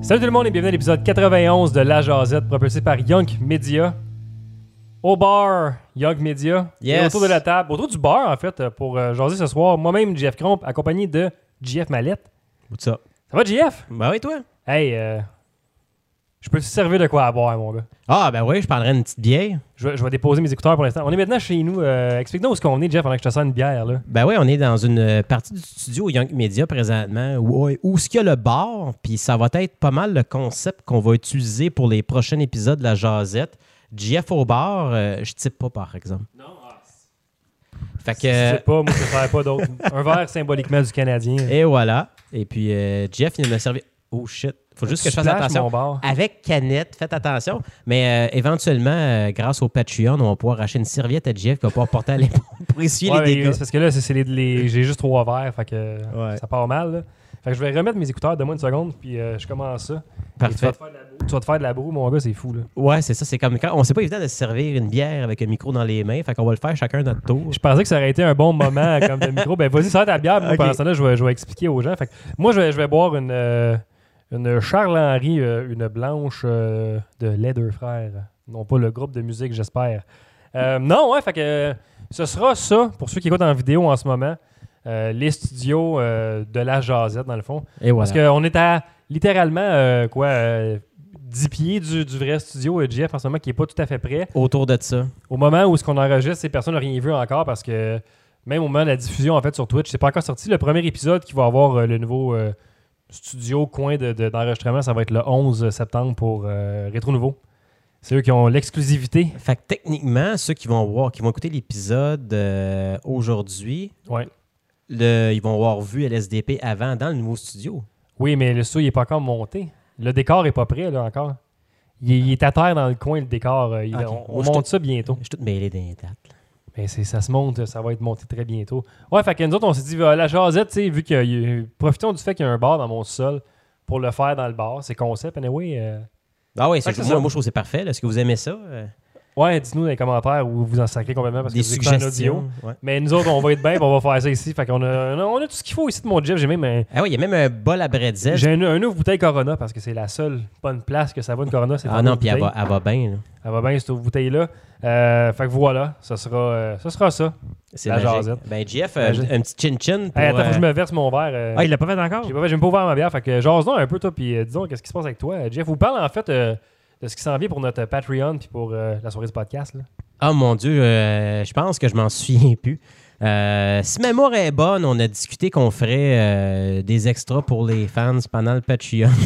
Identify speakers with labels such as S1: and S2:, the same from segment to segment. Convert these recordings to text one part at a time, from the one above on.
S1: Salut tout le monde et bienvenue à l'épisode 91 de La Jazette, propulsé par Young Media. Au bar, Young Media.
S2: Yes.
S1: Et autour de la table, autour du bar en fait, euh, pour euh, jaser ce soir. Moi-même, Jeff Cromp, accompagné de Jeff Mallette.
S2: What's up?
S1: Ça va, Jeff?
S2: Ben oui, toi?
S1: Hey, euh, je peux te servir de quoi à boire, mon gars.
S2: Ah, ben oui, je prendrais une petite bière.
S1: Je, vais- je vais déposer mes écouteurs pour l'instant. On est maintenant chez nous. Euh, Explique-nous où est-ce qu'on est, Jeff, pendant que je te sers une bière. Là.
S2: Ben oui, on est dans une euh, partie du studio Young Media présentement où, où ce qu'il y a le bar, puis ça va être pas mal le concept qu'on va utiliser pour les prochains épisodes de la Jazette. JF au bar, euh, je type pas par exemple.
S1: Non,
S2: Fait que.
S1: Je sais pas, moi, je ne sers pas d'autre. Un verre symboliquement du Canadien.
S2: euh, Et voilà. Et puis, euh, Jeff, il m'a servi. Oh shit. Faut juste que je fasse
S1: Splash,
S2: attention.
S1: mon bar.
S2: Avec canette, faites attention. Mais euh, éventuellement, euh, grâce au Patreon, on va pouvoir acheter une serviette à Jeff qui va pouvoir porter à l'épaule pour essuyer
S1: Ouais,
S2: les
S1: mais
S2: dégâts.
S1: c'est parce que là, c'est- c'est les, les- j'ai juste trois verres, fait que
S2: Ouais.
S1: ça part mal. là. Fait que je vais remettre mes écouteurs, donne-moi une seconde, puis euh, je commence ça. Et Tu vas,
S2: Parfait.
S1: te faire de la broue. Tu vas te faire de la broue, mon gars, c'est fou. Là.
S2: Ouais, c'est ça. C'est comme quand on sait pas évident de se servir une bière avec un micro dans les mains. Fait qu'on va le faire chacun notre tour.
S1: Je pensais que ça aurait été un bon moment comme de micro. Ben vas-y, sors ta bière, moi,
S2: Ok.
S1: pendant ce temps-là, je vais, je vais expliquer aux gens. Fait que moi, je vais, je vais boire une, euh, une Charles-Henri, euh, une blanche euh, de Les Deux Frères. Non pas le groupe de musique, j'espère. Euh, non, ouais, fait que euh, ce sera ça, pour ceux qui écoutent en vidéo en ce moment, euh, les studios euh, de la Jazette, dans le fond.
S2: Et voilà.
S1: Parce qu'on est à littéralement, euh, quoi, euh, 10 pieds du, du vrai studio euh, GF en ce moment qui n'est pas tout à fait prêt.
S2: Autour de ça.
S1: Au moment où ce qu'on enregistre, ces personnes n'ont rien vu encore parce que même au moment de la diffusion en fait sur Twitch, c'est pas encore sorti. Le premier épisode qui va avoir euh, le nouveau euh, studio coin de- de- d'enregistrement, ça va être le 11 septembre pour euh, Rétro Nouveau. C'est eux qui ont l'exclusivité.
S2: Fait que techniquement, ceux qui vont voir, qui vont écouter l'épisode euh, aujourd'hui,
S1: Ouais.
S2: le- ils vont avoir vu LSDP avant dans le nouveau studio.
S1: Oui, mais le studio n'est pas encore monté. Le décor est pas prêt là encore. Il, est- il est à terre dans le coin, le décor. euh, il-
S2: Ok.
S1: on-
S2: Moi,
S1: on
S2: je
S1: monte ça bientôt.
S2: Je suis tout mêlé dans les dates.
S1: Mais Ben, c'est, ça se monte, ça va être monté très bientôt. Ouais, fait que nous autres, on s'est dit, euh, la jasette, tu sais, vu que euh, profitons du fait qu'il y a un bar dans mon sol pour le faire dans le bar. C'est concept, anyway. euh.
S2: Ah oui,
S1: Fait que c'est
S2: moi,
S1: ça.
S2: moi, je trouve que c'est parfait. là. Est-ce que vous aimez ça? euh,
S1: Ouais, dites-nous dans les commentaires où vous en sacrez complètement parce
S2: des
S1: que vous écoutez en audio.
S2: suggestions? Ouais. Ah
S1: Mais nous autres, on va être bien, puis on va faire ça ici. Fait qu'on a, on a- on a tout ce qu'il faut ici de mon Jeff. J'ai même un,
S2: Ah oui, il y a même un bol à bretzel.
S1: j'ai un, un ouvre bouteille Corona parce que c'est la seule bonne place que ça va une Corona. C'est
S2: Ah
S1: en
S2: non,
S1: ouvre
S2: puis elle
S1: bouteille.
S2: va, elle va bien. là.
S1: Elle va bien, cette ouvre bouteille-là. Euh, fait que voilà, ça sera, euh, ça, sera ça.
S2: C'est
S1: La
S2: magique.
S1: jasette.
S2: Ben, Jeff, euh,
S1: Magique.
S2: un petit chin-chin. pour,
S1: Hey, attends, faut
S2: euh,
S1: que je me verse mon verre. euh,
S3: Ah, il l'a pas fait encore?
S1: J'ai pas, fait- j'ai même pas ouvert ma bière. Fait que jase un peu, toi, puis euh, disons, qu'est-ce qui se passe avec toi, euh, Jeff? Vous parle, en fait, euh, de ce qui s'en vient pour notre Patreon puis pour euh, la soirée du podcast. Là.
S2: Ah mon Dieu, euh, je pense que je m'en souviens plus. Euh, si ma mémoire est bonne, on a discuté qu'on ferait euh, des extras pour les fans pendant le Patreon.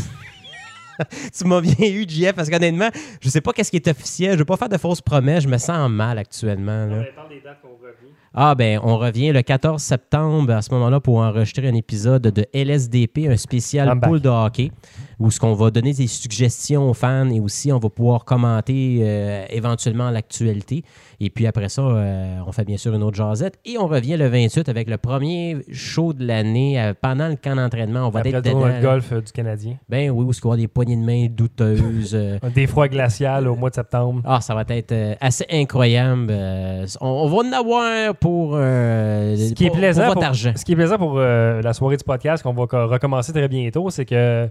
S2: tu m'as bien eu, JF, parce qu'honnêtement, je sais pas qu'est-ce qui est officiel. Je veux pas faire de fausses promesses. Je me sens mal actuellement. là.
S1: des dates qu'on revient.
S2: Ah ben, on revient le 14 septembre à ce moment-là pour enregistrer un épisode de LSDP, un spécial
S1: I'm
S2: pool de hockey, où ce qu'on va donner des suggestions aux fans et aussi on va pouvoir commenter euh, éventuellement l'actualité. Et puis après ça, euh, on fait bien sûr une autre jasette et on revient le 28 avec le premier show de l'année euh, pendant le camp d'entraînement. On va
S1: Après le
S2: être dedans.
S1: tournoi de
S2: là.
S1: golf euh, du Canadien.
S2: Ben oui, où ce qu'on va avoir des poignées de main douteuses. euh,
S1: Un défroid glacial au mois de septembre.
S2: ah, ça va être euh, assez incroyable. Euh, on, on va en avoir pour, euh,
S1: Ce qui, est
S2: pour-
S1: plaisant
S2: pour
S1: pour-
S2: votre argent.
S1: ce qui est plaisant pour euh, la soirée du podcast qu'on va co- recommencer très bientôt, c'est que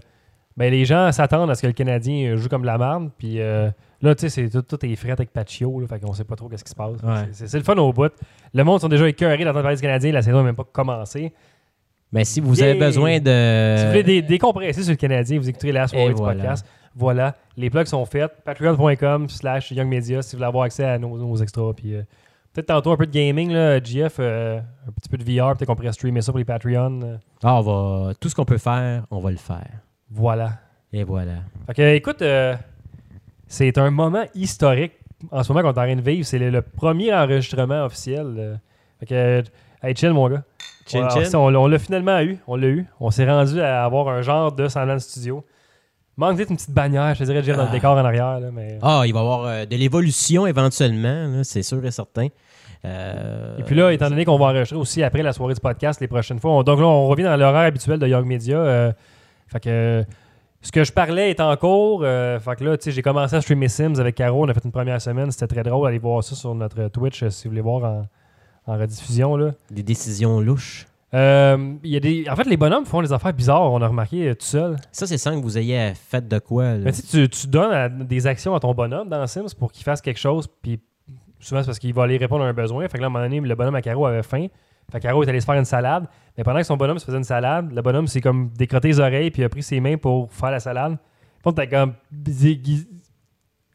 S1: ben, les gens s'attendent à ce que le Canadien euh, joue comme de la marne. Puis euh, là, tu sais, c'est tout, tout est fret avec Pachio. Là, fait qu'on sait pas trop qu'est-ce qui se passe.
S2: Ouais.
S1: C'est, c'est- c'est le fun au bout. Le monde sont déjà écœurés d'entendre parler du Canadien. La saison n'a même pas commencé.
S2: Mais si vous avez
S1: Yay!
S2: besoin de.
S1: Si vous voulez dé- décompresser sur le Canadien, vous écouterez la soirée
S2: Euh, Et
S1: du
S2: voilà.
S1: podcast. Voilà, les plugs sont faits. Patreon.com slash YoungMedia si vous voulez avoir accès à nos, nos extras. Puis euh, peut-être tantôt un peu de gaming, là, GF, euh, un petit peu de VR, peut-être qu'on pourrait streamer ça pour les Patreons. euh,
S2: Ah, on va... Tout ce qu'on peut faire, on va le faire.
S1: voilà.
S2: Et voilà.
S1: Fait que, écoute, euh, c'est un moment historique en ce moment qu'on est en train de vivre. C'est le, le premier enregistrement officiel. euh. Fait que, euh, hey, chill, mon gars.
S2: Chin
S1: on,
S2: chin.
S1: on- on l'a finalement eu. On l'a eu. On s'est rendu à avoir un genre de semblant de studio. Manque peut-être une petite bannière, je te dirais, déjà dans le
S2: Ah.
S1: décor en arrière. là, mais...
S2: Ah, il va y avoir euh, de l'évolution éventuellement, là, c'est sûr et certain. Euh,
S1: Et puis là, étant donné qu'on va enregistrer aussi après la soirée du podcast les prochaines fois, on- donc là, on revient dans l'horaire habituel de Young Media. euh, fait que euh, ce que je parlais est en cours. euh, fait que là, tu sais, j'ai commencé à streamer Sims avec Caro. On a fait une première semaine. C'était très drôle. Allez voir ça sur notre Twitch euh, si vous voulez voir en, en rediffusion. Là.
S2: Des décisions louches.
S1: Euh, il y a des... En fait, les bonhommes font des affaires bizarres, on a remarqué euh, tout seul.
S2: Ça, c'est sans que vous ayez fait de quoi. là.
S1: Mais tu, sais, tu tu donnes à- des actions à ton bonhomme dans Sims pour qu'il fasse quelque chose, puis souvent c'est parce qu'il va aller répondre à un besoin. Fait que là, à un moment donné, le bonhomme à Caro avait faim. Fait que Caro est allé se faire une salade. Mais pendant que son bonhomme se faisait une salade, le bonhomme s'est comme décroté les oreilles, puis a pris ses mains pour faire la salade. Puis t'as comme. Qu'est-ce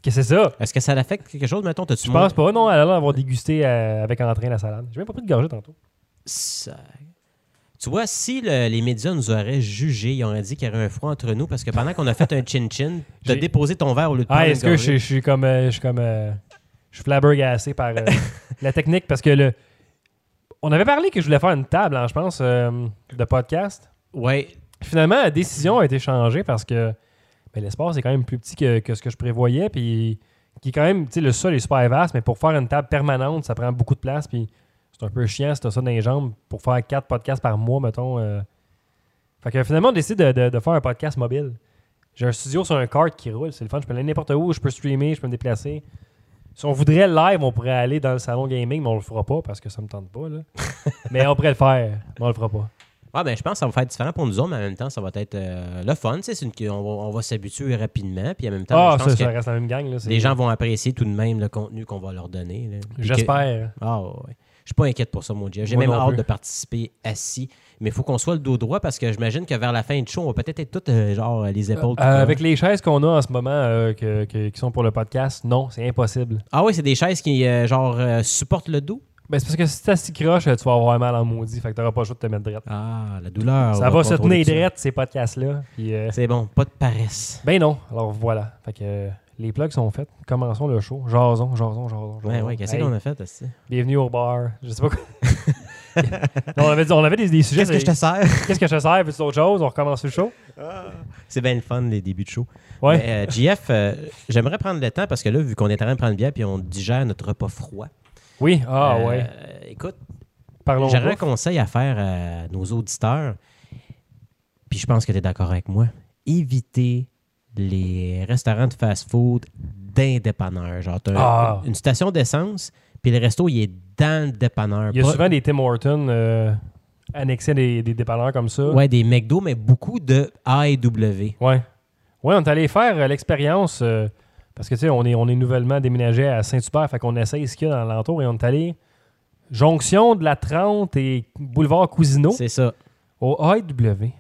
S1: que c'est ça?
S2: Est-ce que ça l'affecte quelque chose? Mettons, t'as-tu
S1: Je pense pas, non, elle a l'air d'avoir dégusté euh, avec entrain la salade. J'ai même pas pris de gorgée tantôt.
S2: Ça- Tu vois, si le- les médias nous auraient jugés, ils auraient dit qu'il y aurait un froid entre nous parce que pendant qu'on a fait un chin-chin, t'as
S1: J'ai-
S2: déposé ton verre au lieu de prendre
S1: Ah, est-ce
S2: une
S1: que je,
S2: gorgée.
S1: je suis comme. euh, je suis comme. euh, je suis flabbergassé par euh, la technique parce que le. On avait parlé que je voulais faire une table, hein, je pense, euh, de podcast.
S2: Ouais.
S1: Finalement, la décision a été changée parce que ben, l'espace est quand même plus petit que, que ce que je prévoyais. Puis, qui est quand même, tu sais, le sol est super vaste, mais pour faire une table permanente, ça prend beaucoup de place. Puis, c'est un peu chiant si t'as ça dans les jambes pour faire quatre podcasts par mois, mettons. euh. Fait que finalement, on décide de, de- de faire un podcast mobile. J'ai un studio sur un cart qui roule, c'est le fun. Je peux aller n'importe où, je peux streamer, je peux me déplacer. Si on voudrait live, on pourrait aller dans le salon gaming, mais on le fera pas parce que ça me tente pas. Là. mais on pourrait le faire, mais on le fera pas.
S2: Ah, ben, je pense que ça va faire différent pour nous autres, mais en même temps, ça va être euh, le fun. tu sais, c'est une- On va, on va s'habituer rapidement. Puis en même temps,
S1: Ah,
S2: je
S1: ça,
S2: pense que
S1: ça reste la même gang. Là, c'est-
S2: les gens vont apprécier tout de même le contenu qu'on va leur donner. là. Puis que-
S1: J'espère.
S2: Ah ouais. Je suis pas inquiète pour ça, mon Dieu. J'ai
S1: Moi
S2: même
S1: non
S2: hâte
S1: plus.
S2: de participer assis. Mais il faut qu'on soit le dos droit parce que j'imagine que vers la fin du show, on va peut-être être tous euh, genre les épaules. tout
S1: Euh,
S2: collées.
S1: avec les chaises qu'on a en ce moment euh, que- que- qui sont pour le podcast, non, c'est impossible.
S2: Ah ouais, c'est des chaises qui euh, genre euh, supportent le dos.
S1: Ben, c'est parce que si t'as si croche, euh, tu vas avoir mal en maudit. Fait que t'auras pas le choix de te mettre drette.
S2: Ah, la douleur.
S1: ça
S2: on
S1: va se
S2: contrôler
S1: tenir
S2: ça.
S1: drette, ces podcasts-là. Puis, euh,
S2: C'est bon, pas de paresse.
S1: ben non. Alors voilà. Fait que euh, les plugs sont faits. Commençons le show. Jason, jason, jason. jason.
S2: Ouais, ouais, qu'est-ce
S1: Hey,
S2: qu'on a fait? esti?
S1: Bienvenue au bar. Je sais pas quoi. Non, on avait, dit- on avait des, des sujets.
S2: Qu'est-ce que je te sers?
S1: c'est- Qu'est-ce que je te sers? Veux-tu autre chose? On recommence le show?
S2: C'est bien le fun, les débuts de show.
S1: Ouais.
S2: Mais, euh, JF, euh, j'aimerais prendre le temps parce que là, vu qu'on est en train de prendre bien puis on digère notre repas froid.
S1: Oui. Ah
S2: euh,
S1: ouais.
S2: Écoute,
S1: Parlons.
S2: J'aurais un
S1: bouffe.
S2: conseil à faire à nos auditeurs, puis je pense que tu es d'accord avec moi. Évitez les restaurants de fast-food d'indépanneurs. Genre, t'as un-
S1: Ah.
S2: une station d'essence, puis le resto, il est dans le dépanneur.
S1: Il y a
S2: Pas-
S1: souvent des Tim Hortons euh, annexés à des, des dépanneurs comme ça.
S2: Ouais, des McDo, mais beaucoup de AEW.
S1: Ouais. Ouais, on est allé faire euh, l'expérience euh, parce que tu sais, on est, on est nouvellement déménagé à Saint-Hubert, fait qu'on essaye ce qu'il y a dans l'entour et on est allé jonction de la 30 et boulevard Cousineau
S2: C'est ça.
S1: au AEW. Et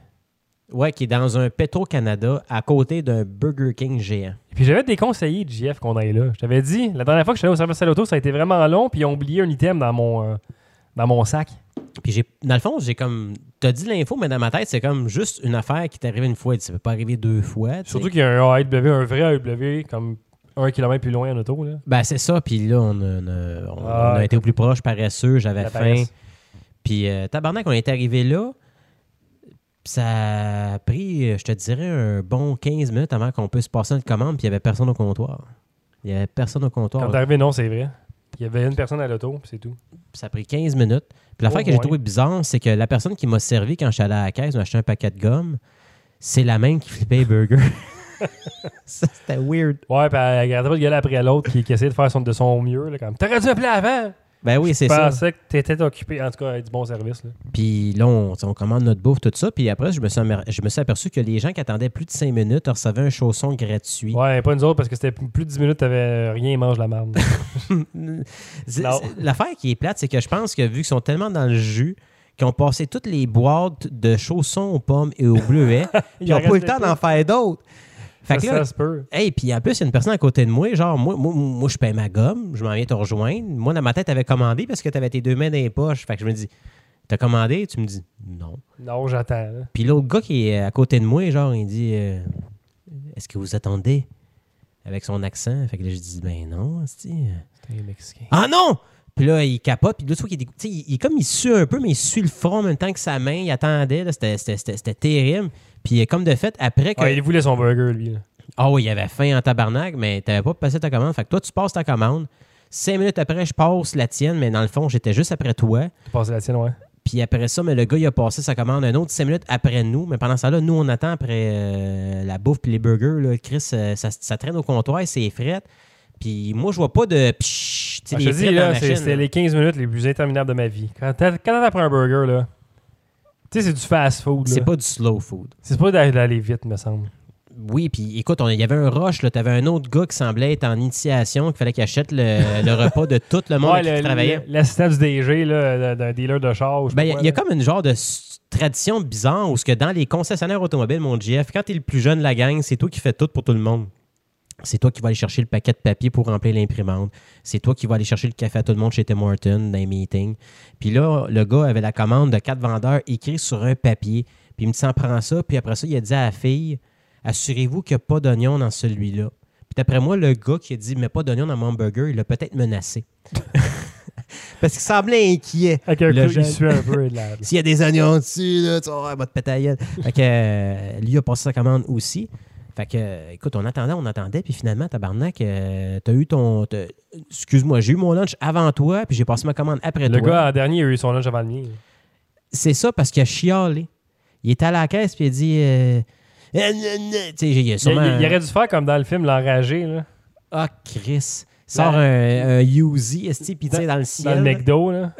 S2: Ouais, qui est dans un Petro-Canada à côté d'un Burger King géant.
S1: puis j'avais déconseillé JF qu'on aille là. Je t'avais dit, la dernière fois que je suis allé au service à l'auto, ça a été vraiment long, puis ils ont oublié un item dans mon, euh, dans mon sac.
S2: Puis j'ai, dans le fond, j'ai comme, t'as dit l'info, mais dans ma tête, c'est comme juste une affaire qui t'est arrivée une fois. Ça peut pas arriver deux fois. tu sais.
S1: Surtout qu'il y a un AEW, un vrai AEW, comme un kilomètre plus loin en auto. Là.
S2: Ben, c'est ça. Puis là, on a, on a- on-
S1: Ah,
S2: on a
S1: ouais.
S2: été au plus proche, paresseux, j'avais
S1: La
S2: faim.
S1: paresse.
S2: Puis euh, tabarnak, on est arrivé là. Ça a pris, euh, je te dirais, un bon 15 minutes avant qu'on puisse passer notre commande, puis il n'y avait personne au comptoir. Il n'y avait personne au
S1: Quand
S2: comptoir.
S1: t'es arrivé, non, c'est vrai. Il y avait une personne à l'auto, puis c'est tout.
S2: Ça a pris 15 minutes. Puis l'affaire
S1: Au
S2: que j'ai
S1: moins.
S2: trouvé bizarre, c'est que la personne qui m'a servi quand je suis allé à la caisse, m'a acheté un paquet de gomme, c'est la même qui flippait les burgers. ça, c'était weird.
S1: Ouais, puis elle regardait pas de gueule après l'autre qui, qui essayait de faire son, de son mieux. Là, comme, T'aurais dû appeler avant!
S2: Ben oui, c'est
S1: Je
S2: ça.
S1: pensais que t'étais occupé. En tout cas, elle a du bon service. Là.
S2: Puis là, on, on commande notre bouffe, tout ça. Puis après, je me, suis amer- je me suis aperçu que les gens qui attendaient plus de 5 minutes recevaient un chausson gratuit.
S1: Ouais, pas nous autres parce que c'était plus de 10 minutes, t'avais rien, mange la merde.
S2: C'est-
S1: Non.
S2: c'est- L'affaire qui est plate, c'est que je pense que vu qu'ils sont tellement dans le jus, qu'ils ont passé toutes les boîtes de chaussons aux pommes et aux bleuets, puis
S1: Il
S2: ils
S1: en
S2: n'ont pas eu le
S1: restait
S2: temps
S1: plus.
S2: d'en faire d'autres. Fait
S1: ça,
S2: que
S1: ça
S2: là,
S1: se peut.
S2: hey, puis en plus, il y a une personne à côté de moi, genre, moi, moi, moi, je paye ma gomme, je m'en viens te rejoindre. Moi, dans ma tête, t'avais commandé parce que t'avais tes deux mains dans les poches. Fait que je me dis, t'as commandé? Tu me dis, non.
S1: Non, j'attends. là.
S2: Puis l'autre gars qui est à côté de moi, genre, il dit euh, Est-ce que vous attendez Avec son accent. Fait que là, je dis Ben non, c'est.
S1: C'était mexicain.
S2: Ah non Puis là, il capote. Puis là, tu vois qu'il est dégoûté. Tu sais, il, il- comme il sue un peu, mais il sue le front en même temps que sa main. Il attendait. là, C'était- C'était c'était- c'était terrible. Puis euh, comme de fait, après que.
S1: Ah, il voulait son burger, lui. là.
S2: Ah oui, il avait faim en tabarnak, mais t'avais pas passé ta commande. Fait que toi, tu passes ta commande. Cinq minutes après, je passe la tienne, mais dans le fond, j'étais juste après toi.
S1: T'as passé la tienne, ouais.
S2: Puis après ça, mais le gars, il a passé sa commande un autre 5 minutes après nous. Mais pendant ça, là, nous, on attend après euh, la bouffe puis les burgers. Là. Chris, euh, ça, ça traîne au comptoir, c'est fret. Puis moi, je vois pas de. psh, tu sais,
S1: Ah,
S2: les
S1: je te dis,
S2: frettes dans
S1: là,
S2: la
S1: c'est-
S2: chaîne,
S1: c'était
S2: là.
S1: les 15 minutes les plus interminables de ma vie. Quand t'as- quand t'apprends un burger, là, Tu sais, c'est du fast-food. là.
S2: C'est pas du slow food.
S1: C'est pas d'a- d'aller vite, me semble.
S2: Oui, puis écoute, on- il y avait un rush, là. T'avais un autre gars qui semblait être en initiation, qu'il fallait qu'il achète le, le repas de tout le monde
S1: Ouais,
S2: avec qui
S1: le-
S2: il travaillait.
S1: le- L'assistant du DG, là, d'un dealer de char. ou je sais
S2: Ben,
S1: pas
S2: il y a-
S1: quoi,
S2: il y a
S1: là.
S2: comme une genre de s- tradition bizarre où ce que dans les concessionnaires automobiles, mon GF, quand t'es le plus jeune de la gang, c'est toi qui fais tout pour tout le monde. C'est toi qui vas aller chercher le paquet de papier pour remplir l'imprimante. C'est toi qui vas aller chercher le café à tout le monde chez Tim Hortons dans les meetings. Puis là, le gars avait la commande de quatre vendeurs écrite sur un papier. Puis il me dit, s'en prend ça. Puis après ça, il a dit à la fille, assurez-vous qu'il n'y a pas d'oignon dans celui-là. Puis d'après moi, le gars qui a dit, mais pas d'oignon dans mon burger, il l'a peut-être menacé. Parce qu'il semblait inquiet.
S1: Avec un
S2: Le
S1: clou, il
S2: jeune.
S1: suit un peu. Là,
S2: S'il y a des oignons dessus, là, tu vas voir, elle va te péter la gueule. Fait que euh, lui a passé sa commande aussi. Fait que, euh, écoute, on attendait, on attendait, puis finalement, tabarnak, euh, t'as eu ton... t'as- Excuse-moi, j'ai eu mon lunch avant toi, puis j'ai passé ma commande après
S1: le
S2: toi.
S1: gars, en dernier, il a eu son lunch avant le mien.
S2: C'est ça, parce qu'il a chialé. Il est allé à la caisse, puis il a dit... euh, Ah, nan, nan. Tu sais, il y a
S1: Il,
S2: sûrement...
S1: il- il
S2: un-
S1: aurait dû faire comme dans le film, l'enragé, là,
S2: Ah, Chris! Sort un, un Uzi, esti, puis tire dans le ciel.
S1: dans le McDo. Là.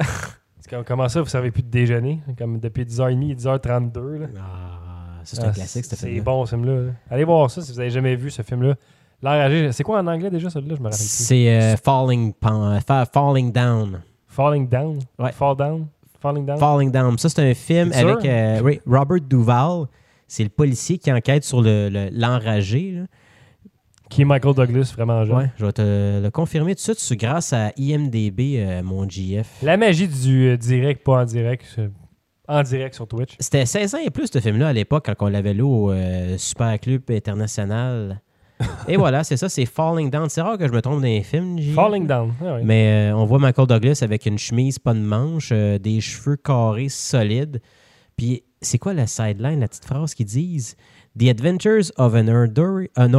S1: C'est comme, comment ça, vous savez plus de déjeuner? Comme depuis 10h30, 10h32. Là.
S2: Ah, ça, c'est un
S1: Ah,
S2: classique, ce
S1: C'est
S2: film-là.
S1: bon, ce film-là. là. Allez voir ça si vous avez jamais vu ce film-là. L'enragé, c'est quoi en anglais déjà, celui-là? Je me rappelle plus.
S2: C'est euh, falling, Pan- Fa- falling Down.
S1: Falling Down?
S2: Ouais.
S1: Fall Down? Falling Down?
S2: Falling Down. Ça, c'est un film
S1: C'est sûr?
S2: avec euh, oui, Robert Duvall. C'est le policier qui enquête sur le- le- l'enragé. là.
S1: Qui est Michael Douglas, vraiment jeune.
S2: Ouais, je vais te le confirmer tout de suite. C'est grâce à IMDB, euh, mon GF.
S1: La magie du euh, direct, pas en direct. euh, En direct sur Twitch.
S2: C'était 16 ans et plus, ce film-là, à l'époque, quand on l'avait lu au euh, Super Club International. et voilà, c'est ça, c'est Falling Down. C'est rare que je me trompe dans les films, GF.
S1: Falling Down. Ah ouais.
S2: Mais euh, on voit Michael Douglas avec une chemise pas de manche, euh, des cheveux carrés solides. Puis c'est quoi la sideline, la petite phrase qu'ils disent? The Adventures of an Ordinary, an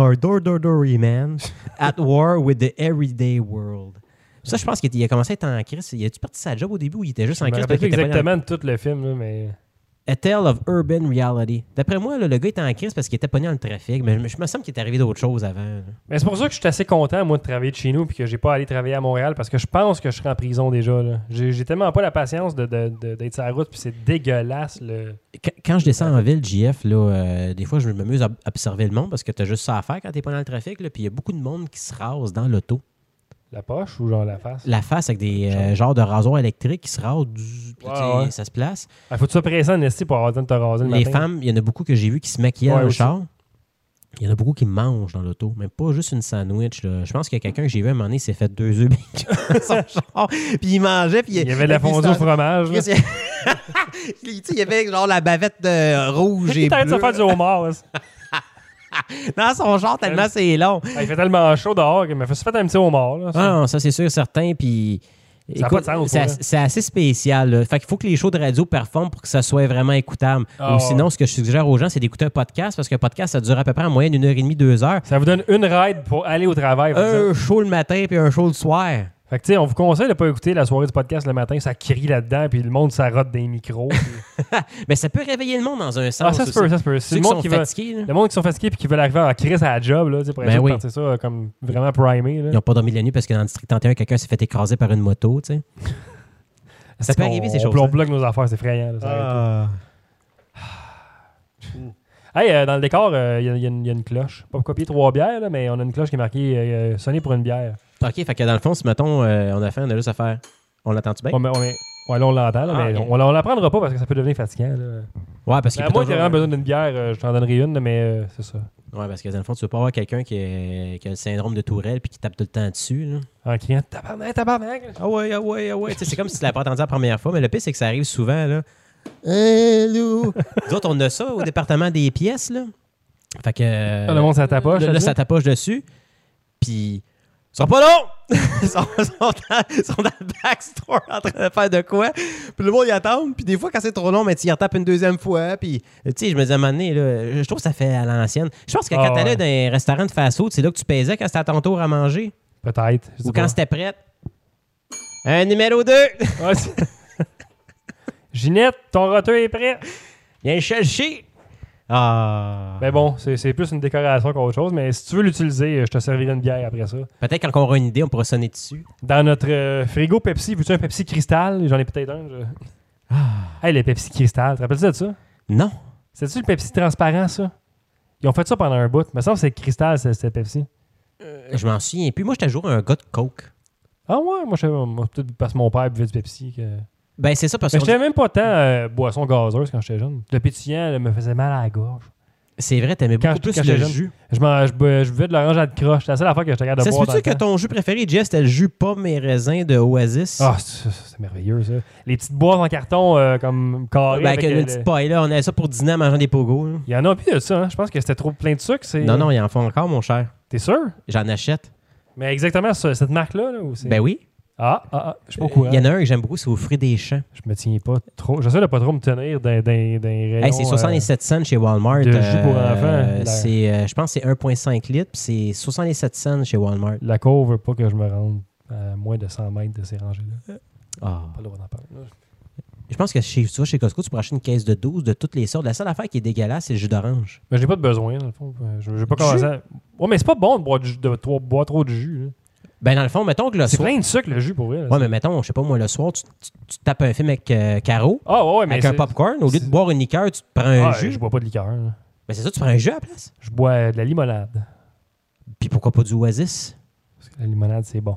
S2: ordinary Man at War with the Everyday World. Ça, je pense qu'il a commencé à être en crise. Il a-tu parti de sa job au début ou il était juste
S1: Je
S2: en
S1: me
S2: crise?
S1: rappelle
S2: parce
S1: plus
S2: qu'il était pas dans-
S1: exactement de tout le film, là, mais.
S2: A Tale of Urban Reality. D'après moi, là, le gars était en crise parce qu'il était pogné dans le trafic. Mais je je me semble qu'il est arrivé d'autres choses avant. là.
S1: Mais c'est pour ça que je suis assez content, moi, de travailler de chez nous puis que j'ai pas allé travailler à Montréal parce que je pense que je serai en prison déjà. là. J'ai j'ai tellement pas la patience de- de- de- d'être sur la route puis c'est dégueulasse. Le...
S2: Qu- quand je descends en ville, JF, là, euh, des fois, je m'amuse à observer le monde parce que tu as juste ça à faire quand tu pas dans le trafic. là, Puis il y a beaucoup de monde qui se rase dans l'auto.
S1: La poche ou genre la face.
S2: La face avec des euh, genres de rasoirs électriques qui se rasent. du- puis,
S1: Ouais,
S2: tu sais,
S1: ouais.
S2: Ça se place.
S1: Ah, Faut-tu se presser en esti pour avoir le temps de te raser le
S2: Les
S1: matin?
S2: femmes, il y en a beaucoup que j'ai vu qui se maquillaient
S1: Ouais,
S2: dans le
S1: aussi.
S2: char. Il y en a beaucoup qui mangent dans l'auto, mais pas juste une sandwich. là. Je pense qu'il y a quelqu'un que j'ai vu à un moment donné, il s'est fait deux œufs bacon dans son char. Puis il mangeait. Puis
S1: Il y avait de la
S2: puis il se
S1: fondue au
S2: faisait-
S1: fromage. là.
S2: Chris, il... tu sais, il y avait genre la bavette de rouge
S1: Il
S2: et
S1: t'arrête de se
S2: bleue.
S1: faire du homard. là.
S2: Dans son genre, tellement c'est long.
S1: Ah, Il fait tellement chaud dehors qu'il m'a fait se faire un petit homard. là, ça.
S2: Ah non, ça c'est sûr, certain. Puis.
S1: Ça a pas de sens, pour
S2: c'est
S1: vrai.
S2: as- c'est assez spécial. là. Fait qu'il faut que les shows de radio performent pour que ça soit vraiment écoutable.
S1: Ah,
S2: Ou
S1: ouais.
S2: sinon, ce que je suggère aux gens, c'est d'écouter un podcast parce qu'un podcast, ça dure à peu près en moyenne une heure et demie, deux heures.
S1: Ça vous donne une ride pour aller au travail. par exemple.
S2: Un show le matin puis un show le soir.
S1: Fait que, tu sais, on vous conseille de pas écouter la soirée du podcast le matin. Ça crie là-dedans, puis le monde, ça rote des micros. puis-
S2: Mais ça peut réveiller le monde dans un sens.
S1: Ah, ça se peut,
S2: aussi.
S1: ça se peut. C'est
S2: Ceux
S1: le
S2: qui
S1: monde
S2: sont
S1: qui va.
S2: fatigués, là,
S1: Le monde qui sont fatigués et qui veulent arriver en crise à la job, là, tu sais, pour
S2: Ben
S1: essayer
S2: oui.
S1: de partir ça euh, comme vraiment primé. Là.
S2: ils n'ont pas dormi de la nuit parce que dans le district 31, quelqu'un s'est fait écraser par une moto. tu sais. ça peut
S1: On-
S2: arriver, ces
S1: on-
S2: choses-là. Ah.
S1: On bloque nos affaires, c'est effrayant. là, ça arrête pas. Hey, euh, dans le décor, euh, il y a- il y, a une- il y a une cloche. Pas pour copier trois bières, là, mais on a une cloche qui est marquée euh, euh, Sonner pour une bière.
S2: OK, fait que dans le fond, si mettons, euh, on a faim, on a juste à faire. On l'attend-tu bien?
S1: On met- on met- ouais, là, on l'entend, là,
S2: Ah,
S1: mais
S2: ok.
S1: on, on l'apprendra pas parce que ça peut devenir fatigant. Là.
S2: Ouais, parce qu'il
S1: Mais à
S2: y a
S1: moins qu'il y ait
S2: toujours-
S1: vraiment besoin d'une bière, euh, je t'en donnerai une, mais euh, c'est ça.
S2: Ouais, parce que dans le fond, tu veux pas avoir quelqu'un qui, est- qui a le syndrome de Tourelle puis qui tape tout le temps dessus. là.
S1: En criant Tabarnak, tabarnak!
S2: Ah ouais, ah ouais, ah ouais. Tu sais, c'est comme si tu l'avais pas entendu la première fois, mais le pire, c'est que ça arrive souvent. Là. Allô? Nous autres, on a ça au département des pièces. Là. Fait que.
S1: Ah, le monde, ça tapoche.
S2: là, là, ça t'approche dessus. Puis. Ils sont pas longs! ils, sont, ils sont dans, ils sont dans le backstore en train de faire de quoi. Puis le monde, ils attendent. Puis des fois, quand c'est trop long, mais tu y retapes une deuxième fois. Puis, tu sais, je me dis à un moment donné, là, je trouve que ça fait à l'ancienne. Je pense que
S1: Ah,
S2: quand t'allais
S1: ouais.
S2: dans un restaurant de fast-food, c'est là que tu pesais quand c'était à ton tour à manger.
S1: Peut-être. je sais
S2: Ou quand
S1: pas.
S2: c'était prête. Un numéro 2!
S1: Ouais, c'est- Ginette, ton roteux est prêt.
S2: Viens le chercher! Ah!
S1: Mais Ben bon, c'est c'est plus une décoration qu'autre chose, mais si tu veux l'utiliser, euh, je te servirai une bière après ça.
S2: Peut-être quand on aura une idée, on pourra sonner dessus.
S1: Dans notre euh, frigo Pepsi, veux-tu un Pepsi cristal? J'en ai peut-être un. je-
S2: Ah.
S1: Hey, le Pepsi Cristal, te rappelles-tu de ça?
S2: Non.
S1: C'est-tu le Pepsi transparent, ça? Ils ont fait ça pendant un bout. Mais ça, c'est Cristal, c'est- c'était Pepsi.
S2: Je m'en souviens. Puis moi, j'étais toujours un gars de Coke.
S1: Ah ouais, moi, je savais- moi, peut-être parce que mon père buvait du Pepsi. Que...
S2: Ben, c'est ça parce
S1: Mais
S2: que.
S1: j'étais même pas tant euh, boisson gazeuse quand j'étais jeune. Le pétillant là, me faisait mal à la gorge.
S2: C'est vrai, t'aimais
S1: Quand
S2: beaucoup
S1: je-
S2: plus
S1: quand
S2: le
S1: j'étais jeune,
S2: jus.
S1: Je, m'en- je, bu- je buvais de l'orange à la croche. C'est la seule affaire que j'étais capable de
S2: Ça se
S1: boire. dans
S2: peut-tu
S1: le
S2: que
S1: temps.
S2: ton jus préféré, Jess, c'était le jus pomme et raisin de Oasis?
S1: Ah, c'est c'est- c'est merveilleux, ça. Les petites boîtes en carton euh, comme carrées.
S2: Ben, avec
S1: avec, euh,
S2: une
S1: le-
S2: petite paille là, on avait ça pour dîner en mangeant des pogos. là.
S1: Il y en a plus de ça. hein. Je pense que c'était trop plein de sucre. c'est-
S2: Non, non, il en faut encore, mon cher.
S1: T'es sûr?
S2: J'en achète.
S1: Mais exactement ce- cette marque-là. Là, ou c'est-
S2: Ben oui.
S1: Ah, ah, ah, je sais pas au courant.
S2: Il y en a un que j'aime beaucoup, c'est aux fruits des champs.
S1: Je me tiens pas trop. J'essaie de pas trop me tenir d'un d'un rayon.
S2: Hey, c'est 67 cents chez Walmart.
S1: euh,
S2: euh,
S1: de jus pour enfants. hein. Ben.
S2: c'est, euh, je pense que c'est 1,5 litres, puis c'est 67 cents chez Walmart.
S1: euh, la cour veut pas que je me rende à moins de 100 mètres de ces rangées-là.
S2: Ah.
S1: Pas le droit d'en parler. là.
S2: Je pense que chez, tu vois, chez Costco, tu peux acheter une caisse de 12 de toutes les sortes. La seule affaire qui est dégueulasse, c'est le jus d'orange.
S1: Mais j'ai pas de besoin, dans le fond. Euh, Je je vais pas
S2: Du
S1: commencer à... Ouais, mais c'est pas bon de boire, du jus- de, trop- boire trop de jus. là.
S2: Ben, dans le fond, mettons que le
S1: C'est
S2: soir.
S1: plein de sucre, le jus, pour vrai. là.
S2: Ouais, mais mettons, je sais pas, moi, le soir, tu, tu- tu tapes un film avec euh, Caro,
S1: Ah, ouais, ouais, mais.
S2: avec un
S1: c'est-
S2: popcorn. Au lieu de
S1: c'est-
S2: boire une liqueur, tu te prends un
S1: Ah,
S2: jus.
S1: Je bois pas de liqueur. là.
S2: Ben, c'est ça, tu prends un jus à la place.
S1: Je bois euh, de la limonade.
S2: Puis pourquoi pas du Oasis?
S1: Parce que la limonade, c'est bon.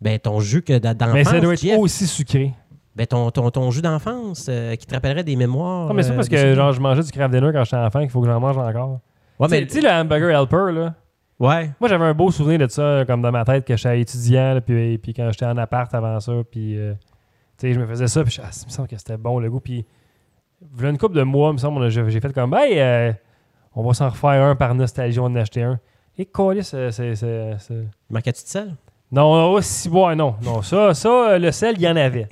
S2: Ben, ton jus que d'a-
S1: mais ça doit être
S2: d'enfance, Jeff.
S1: aussi sucré.
S2: Ben, ton, ton, ton jus d'enfance euh, qui te rappellerait des mémoires.
S1: Non, Ah, mais c'est
S2: euh,
S1: pas parce
S2: de
S1: que
S2: ça.
S1: genre, je mangeais du Kraft Dinner quand j'étais enfant qu'il faut que j'en mange encore.
S2: Ouais,
S1: Tu sais-
S2: mais...
S1: Tu sais, le hamburger helper, là.
S2: Ouais.
S1: Moi, j'avais un beau souvenir de ça, euh, comme dans ma tête, que j'étais étudiant, là, puis, puis quand j'étais en appart avant ça, puis euh, tu sais, je me faisais ça, puis je- ah, ça me semble que c'était bon le goût. Puis, voilà une couple de mois, il me semble, on a- j'ai j'ai fait comme, hey, euh, on va s'en refaire un par nostalgie, on en a acheté un. Et colis, c'est. c'est- c'est- c'est-
S2: Marquais-tu de sel?
S1: Non, aussi boire, non. Non, ça, ça euh, le sel, il y en avait.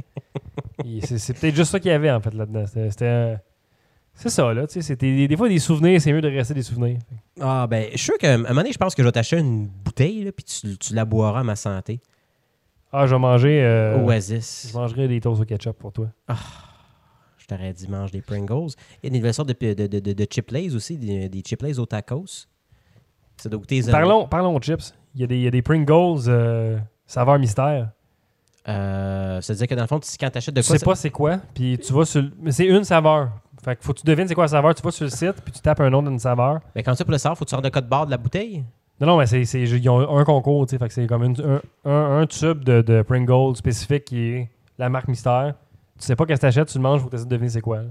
S1: Et c'est- C'est peut-être juste ça qu'il y avait, en fait, là-dedans. C'était. c'était, euh, C'est ça, là, tu sais. c'était Des, des fois, des souvenirs, c'est mieux de rester des souvenirs.
S2: Ah, ben, je suis sûr qu'à un moment donné, je pense que je vais t'acheter une bouteille, là, puis tu, tu la boiras à ma santé.
S1: Ah, je vais manger. euh,
S2: Oasis.
S1: Je mangerai des toasts au ketchup pour toi.
S2: Je t'aurais dit, mange des Pringles. Il y a des nouvelles sortes de, de, de, de, de Chiplets aussi, des, des Chiplets au tacos. Ça doit goûter... les-
S1: Parlons, parlons aux chips. Il y a des, il y a des Pringles euh, saveur mystère.
S2: Euh, ça veut dire que dans le fond, tu- quand t'achètes de
S1: Tu
S2: quoi...
S1: sais pas c'est quoi, puis tu vas sur. le- Mais c'est une saveur. Fait que faut que tu devines c'est quoi la saveur. Tu vas sur le site, puis tu tapes un nom d'une saveur.
S2: Mais quand tu pour le savoir, faut que tu sortes de code barre de la bouteille.
S1: Non, non, mais c'est, c'est- ils ont un concours, tu sais. Fait que c'est comme une- un, un- un tube de, de Pringles spécifique qui est la marque mystère. Tu sais pas qu'est-ce que t'achètes, tu le manges, faut que tu de deviner c'est quoi.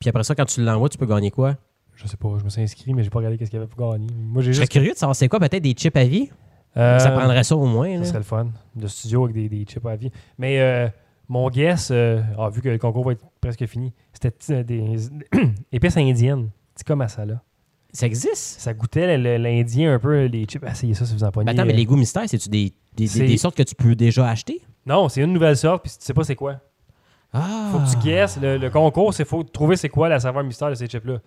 S2: Puis après ça, quand tu l'envoies, tu peux gagner quoi?
S1: Je sais pas, je me suis inscrit, mais j'ai pas regardé qu'est-ce qu'il y avait pour gagner. Moi, j'ai
S2: Je serais
S1: juste.
S2: curieux de savoir c'est quoi, peut-être des chips à vie.
S1: Euh,
S2: ça prendrait ça au moins.
S1: Ça
S2: là.
S1: serait le fun. De studio avec des, des chips à vie. Mais euh, mon guess, euh, ah, vu que le concours va être presque fini, c'était euh, des épices indiennes. Tikka masala.
S2: Ça existe?
S1: Ça goûtait le- le- l'indien un peu, les chips. Essayez ça si vous en euh, pognez.
S2: Mais attends, mais les goûts mystères, c'est-tu des, des, des-
S1: C'est-
S2: des sortes que tu peux déjà acheter?
S1: Non, c'est une nouvelle sorte, puis tu sais pas c'est quoi.
S2: Ah!
S1: Faut que tu guesses. Le, le concours, c'est faut trouver c'est quoi la saveur mystère de ces chips-là.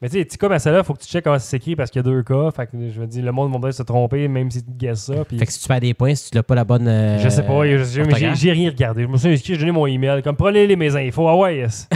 S1: Mais tu sais, tikka masala, faut que tu checkes comment ça s'écrit parce qu'il y a deux cas. Fait que je me dis, le monde va peut-être se tromper, même si tu guesses ça. puis-
S2: Fait que si tu perds des points, si tu n'as pas la bonne. euh,
S1: Je sais pas, je- je- mais j'ai
S2: orthographe.
S1: j'ai rien regardé. Je me suis inscrit, j'ai donné mon email. Comme prenez les mes infos. Ah ouais, yes.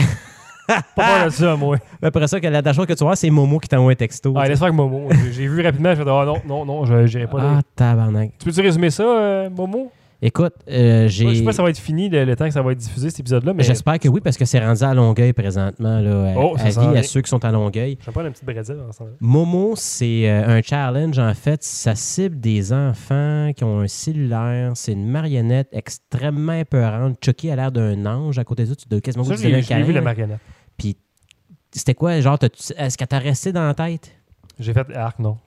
S1: pas peur de ça, moi.
S2: euh, Après ça, que la, la chose que tu vois, c'est Momo qui t'envoie un texto.
S1: Ah,
S2: tu sais.
S1: laisse faire avec Momo. J'ai- J'ai vu rapidement, je fait ah non, non, non, je- j'irai pas. là.
S2: Ah, tabarnak.
S1: Tu peux-tu résumer ça, euh, Momo?
S2: Écoute, euh, j'ai.
S1: Je sais pas si ça va être fini le, le temps que ça va être diffusé cet épisode-là, mais je sais
S2: J'espère que oui, parce que c'est rendu à Longueuil présentement, là, à,
S1: Oh, ça
S2: à
S1: s'en
S2: vie,
S1: vient.
S2: à ceux qui sont à Longueuil.
S1: pas une petite brésil ensemble.
S2: Momo, c'est euh, un challenge, en fait. Ça cible des enfants qui ont un cellulaire. C'est une marionnette extrêmement épeurante. Chucky a l'air d'un ange. À côté de ça, tu dois quasiment
S1: Ça,
S2: goûter
S1: j'ai
S2: d'un
S1: j'ai vu
S2: câlin,
S1: la
S2: là.
S1: marionnette.
S2: C'était quoi, genre, t'as-tu- est-ce qu'elle t'a resté dans la tête?
S1: J'ai fait arc, non.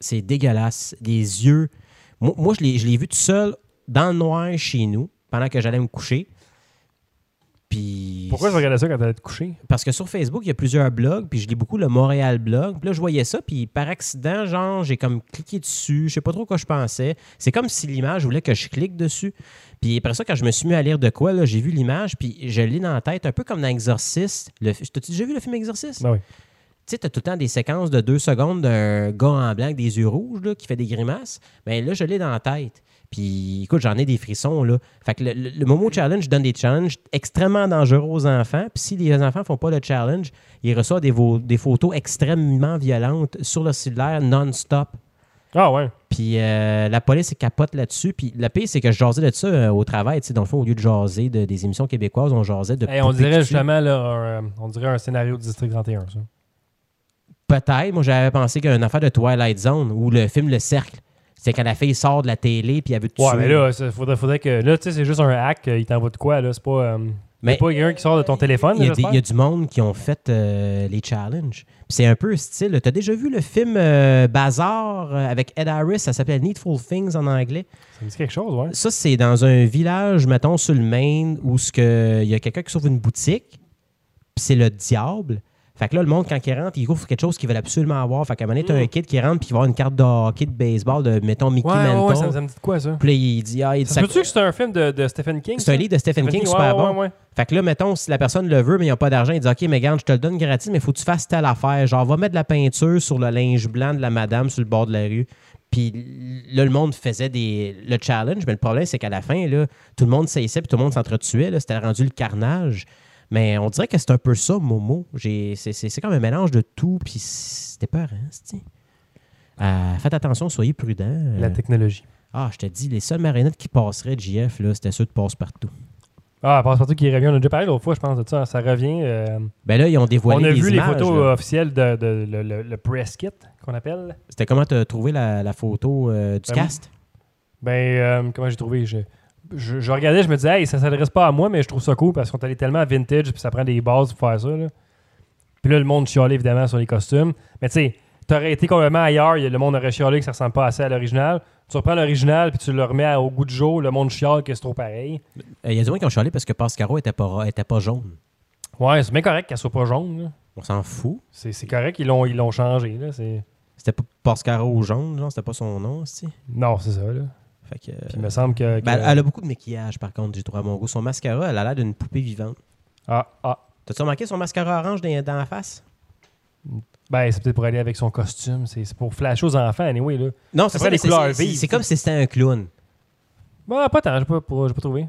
S2: C'est dégueulasse. Les yeux. Moi, moi, je l'ai je l'ai vu tout seul dans le noir chez nous pendant que j'allais me coucher. Puis.
S1: Pourquoi je regardais ça quand t'allais te coucher?
S2: Parce que sur Facebook, il y a plusieurs blogs, puis je lis beaucoup le Montréal blog. Puis là, je voyais ça, puis par accident, genre, j'ai comme cliqué dessus. Je sais pas trop quoi je pensais. C'est comme si l'image voulait que je clique dessus. Puis après ça, quand je me suis mis à lire de quoi, là, j'ai vu l'image, puis je l'ai dans la tête, un peu comme dans Exorciste. Le... T'as-tu déjà vu le film Exorciste?
S1: Ben oui.
S2: Tu sais, t'as tout le temps des séquences de deux secondes d'un gars en blanc avec des yeux rouges là, qui fait des grimaces. Mais là, je l'ai dans la tête. Puis, écoute, j'en ai des frissons. Là. Fait que le, le- le Momo Challenge donne des challenges extrêmement dangereux aux enfants. Puis, si les enfants font pas le challenge, ils reçoivent des, vo- des photos extrêmement violentes sur leur cellulaire non-stop.
S1: Ah ouais.
S2: Puis euh, la police elle capote là-dessus. Puis la pire, c'est que je jasais de ça euh, au travail. Tu sais, dans le fond, au lieu de jaser de- des émissions québécoises, on jasait de.
S1: Hey, on
S2: poupées
S1: dirait
S2: qui tuent.
S1: justement là, un, euh, on dirait un scénario de District 31, ça.
S2: Peut-être. Moi, j'avais pensé qu'une affaire de Twilight Zone ou le film Le Cercle. C'est quand la fille sort de la télé puis elle veut te
S1: Ouais,
S2: tuer.
S1: mais là, ça- faudrait, faudrait que. Là, tu sais, c'est juste un hack, euh, il t'envoie de quoi, là. C'est pas, euh,
S2: Mais-
S1: c'est pas quelqu'un qui sort de ton téléphone.
S2: Il y, a
S1: là,
S2: des- il y a
S1: j'espère?
S2: du monde qui ont fait euh, les challenges. Puis C'est un peu style. T'as déjà vu le film euh, Bazar euh, avec Ed Harris? Ça s'appelle Needful Things en anglais.
S1: Ça me dit quelque chose, ouais.
S2: Ça, c'est dans un village, mettons, sur le Maine, où ce que- il y a quelqu'un qui s'ouvre une boutique, puis c'est le diable. Fait que là, le monde, quand il rentre, il ouvre quelque chose qu'ils veulent absolument avoir. Fait qu'à un moment donné, t'as
S1: Mm.
S2: un kid qui rentre, puis il va avoir une carte de hockey, de baseball, de, mettons, Mickey
S1: Ouais, ouais,
S2: Mantle.
S1: ouais, ça, me- ça me dit de quoi, ça?
S2: Puis là, il dit, ah, il dit,
S1: Ça
S2: ça-
S1: se peut-tu que c'est un film de, de Stephen King?
S2: c'est un
S1: ça?
S2: livre de Stephen King,
S1: ouais,
S2: super
S1: ouais,
S2: bon.
S1: ouais, ouais.
S2: Fait que là, mettons, si la personne le veut, mais il n'y a pas d'argent, il dit OK, mais garde, je te le donne gratis, mais il faut que tu fasses telle affaire. Genre, va mettre de la peinture sur le linge blanc de la madame sur le bord de la rue. Puis là, le monde faisait des, le challenge, mais le problème, c'est qu'à la fin, là, tout le monde s'aissait puis tout le monde s'entretuait. là. C'était rendu le carnage. Mais on dirait que c'est un peu ça, Momo. J'ai- C'est c'est- c'est comme un mélange de tout, puis c'était peur, hein, c'ti? Euh, faites attention, soyez prudents. Euh,
S1: La technologie.
S2: ah, je te dis, les seules marionnettes qui passeraient, JF, là, c'était ceux de passe-partout.
S1: Ah, Passepartout qui revient, on a déjà parlé l'autre fois, je pense, de ça. Ça revient. euh,
S2: Ben là, ils ont dévoilé
S1: on a
S2: des
S1: vu
S2: images,
S1: les photos
S2: là.
S1: euh, officielles de, de- le, le- le press kit qu'on appelle.
S2: C'était comment tu as trouvé la, la photo euh, du
S1: Ben,
S2: cast?
S1: Ben, euh, comment j'ai trouvé? Je, je, je regardais, je me disais, hey, ça s'adresse pas à moi, mais je trouve ça cool parce qu'on est allé tellement vintage, puis ça prend des bases pour faire ça. Là. Puis là, le monde chialait évidemment sur les costumes. Mais tu sais, t'aurais été complètement ailleurs, y a- le monde aurait chialé que ça ressemble pas assez à l'original. Tu reprends l'original, puis tu le remets à- au goût du jour, le monde chiale que c'est trop pareil.
S2: Il Euh, y a du monde qui ont chialé parce que Pascaro était pas, ra- était pas jaune.
S1: Ouais, c'est bien correct qu'elle soit pas jaune. là.
S2: On s'en fout.
S1: C'est c'est correct, ils l'ont ils l'ont changé. Là, c'est-
S2: C'était pas Pascaro jaune, genre, c'était pas son nom, tu
S1: non, c'est ça. Là.
S2: Fait que.
S1: Puis il me semble que. que-
S2: Ben, elle- elle a beaucoup de maquillage, par contre, j'ai trouvé à mon goût. Son mascara, elle a l'air d'une poupée vivante.
S1: Ah, ah.
S2: T'as-tu remarqué son mascara orange dans, dans la face?
S1: Ben, c'est peut-être pour aller avec son costume. C'est c'est pour flasher aux enfants, anyway. Là.
S2: Non, c'est
S1: Après,
S2: ça,
S1: les
S2: mais c'est-
S1: couleurs
S2: c'est-
S1: vives,
S2: C'est comme si c'était un clown.
S1: Bon, Bah, pas tant, j'ai pas, pas- j'ai pas trouvé.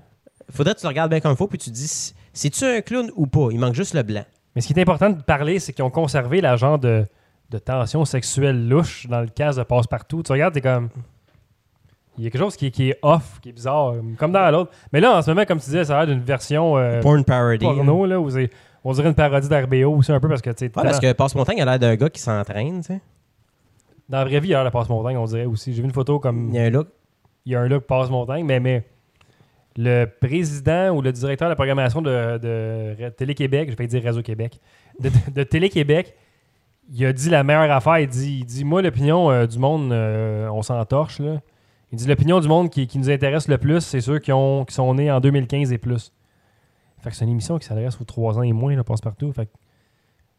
S2: Faudrait que tu le regardes bien comme il faut, puis tu te dis, c'est-tu un clown ou pas? Il manque juste le blanc.
S1: Mais ce qui est important de parler, c'est qu'ils ont conservé la genre de, de tension sexuelle louche dans le cas de Passe-Partout. Tu regardes, t'es comme. Il y a quelque chose qui, est- qui est off, qui est bizarre, comme dans l'autre. Mais là, en ce moment, comme tu disais, ça a l'air d'une version euh,
S2: Porn parody.
S1: porno, là, où c'est- on dirait une parodie d'RBO aussi, un peu, parce que, tu sais,
S2: Ouais, parce que Passe-Montagne a l'air d'un gars qui s'entraîne, tu sais.
S1: dans la vraie vie, il y a la Passe-Montagne, on dirait aussi. J'ai vu une photo comme.
S2: Il y a un look.
S1: il y a un look passe-montagne, mais, mais le président ou le directeur de la programmation de, de Ra- Télé-Québec, je vais dire Réseau-Québec, de, de- de Télé-Québec, il a dit la meilleure affaire. Il dit, il dit moi, l'opinion euh, du monde, euh, on s'entorche. Là. Il dit, l'opinion du monde qui, qui nous intéresse le plus, c'est ceux qui, ont, qui sont nés en 2015 et plus. Fait que c'est une émission qui s'adresse aux 3 ans et moins, là, passe-partout. Fait que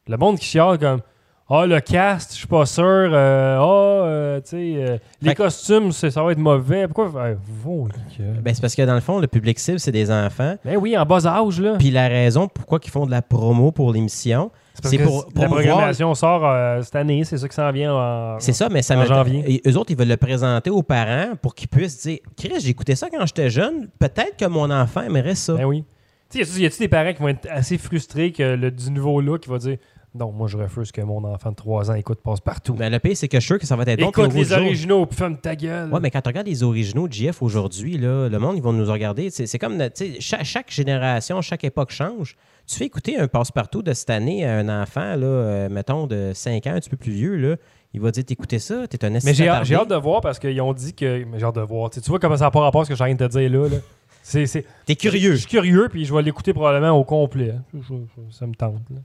S1: le monde qui chiale comme Ah, le cast, je suis pas sûr. euh, Ah, euh, tu sais, euh, les
S2: Fait que-
S1: costumes, c'est- ça va être mauvais. Pourquoi Eh, vous, que-
S2: Ben, c'est parce que dans le fond, le public cible, c'est des enfants.
S1: Ben oui, en bas âge, là.
S2: Puis la raison pourquoi ils font de la promo pour l'émission, c'est
S1: que
S2: pour
S1: la
S2: promouvoir-
S1: programmation sort euh, cette année, c'est ça qui s'en vient. en-
S2: c'est ça, mais ça
S1: Ah. En
S2: me-
S1: janvier.
S2: Et Eux autres, ils veulent le présenter aux parents pour qu'ils puissent dire Chris, j'écoutais ça quand j'étais jeune, peut-être que mon enfant aimerait ça.
S1: Ben oui. Tu sais, y a-tu- y a-tu des parents qui vont être assez frustrés que le, du nouveau look qui va dire Non, moi, je refuse que mon enfant de 3 ans écoute passe partout.
S2: Ben, le pire, c'est que je suis sûr que ça va être bon.
S1: écoute
S2: puis au
S1: les
S2: jour-
S1: originaux, puis ferme ta gueule.
S2: Ouais, mais quand tu regardes les originaux de JF aujourd'hui, là, le monde, ils vont nous regarder. C'est c'est comme, tu sais, cha- chaque, génération, chaque époque change. Tu fais écouter un passe-partout de cette année à un enfant, là, euh, mettons, de 5 ans, un petit peu plus vieux, là, il va dire T'écoutais ça, t'es un
S1: Mais j'ai
S2: assistant
S1: j'ai hâte
S2: attardé.
S1: de voir parce qu'ils ont dit que. mais J'ai hâte de voir. Tu sais, tu vois comment ça n'a pas rapport à ce que j'ai rien de te dire là. là. C'est- c'est-
S2: T'es curieux.
S1: Je suis curieux, puis je vais l'écouter probablement au complet. hein. Je- je- ça me tente. là.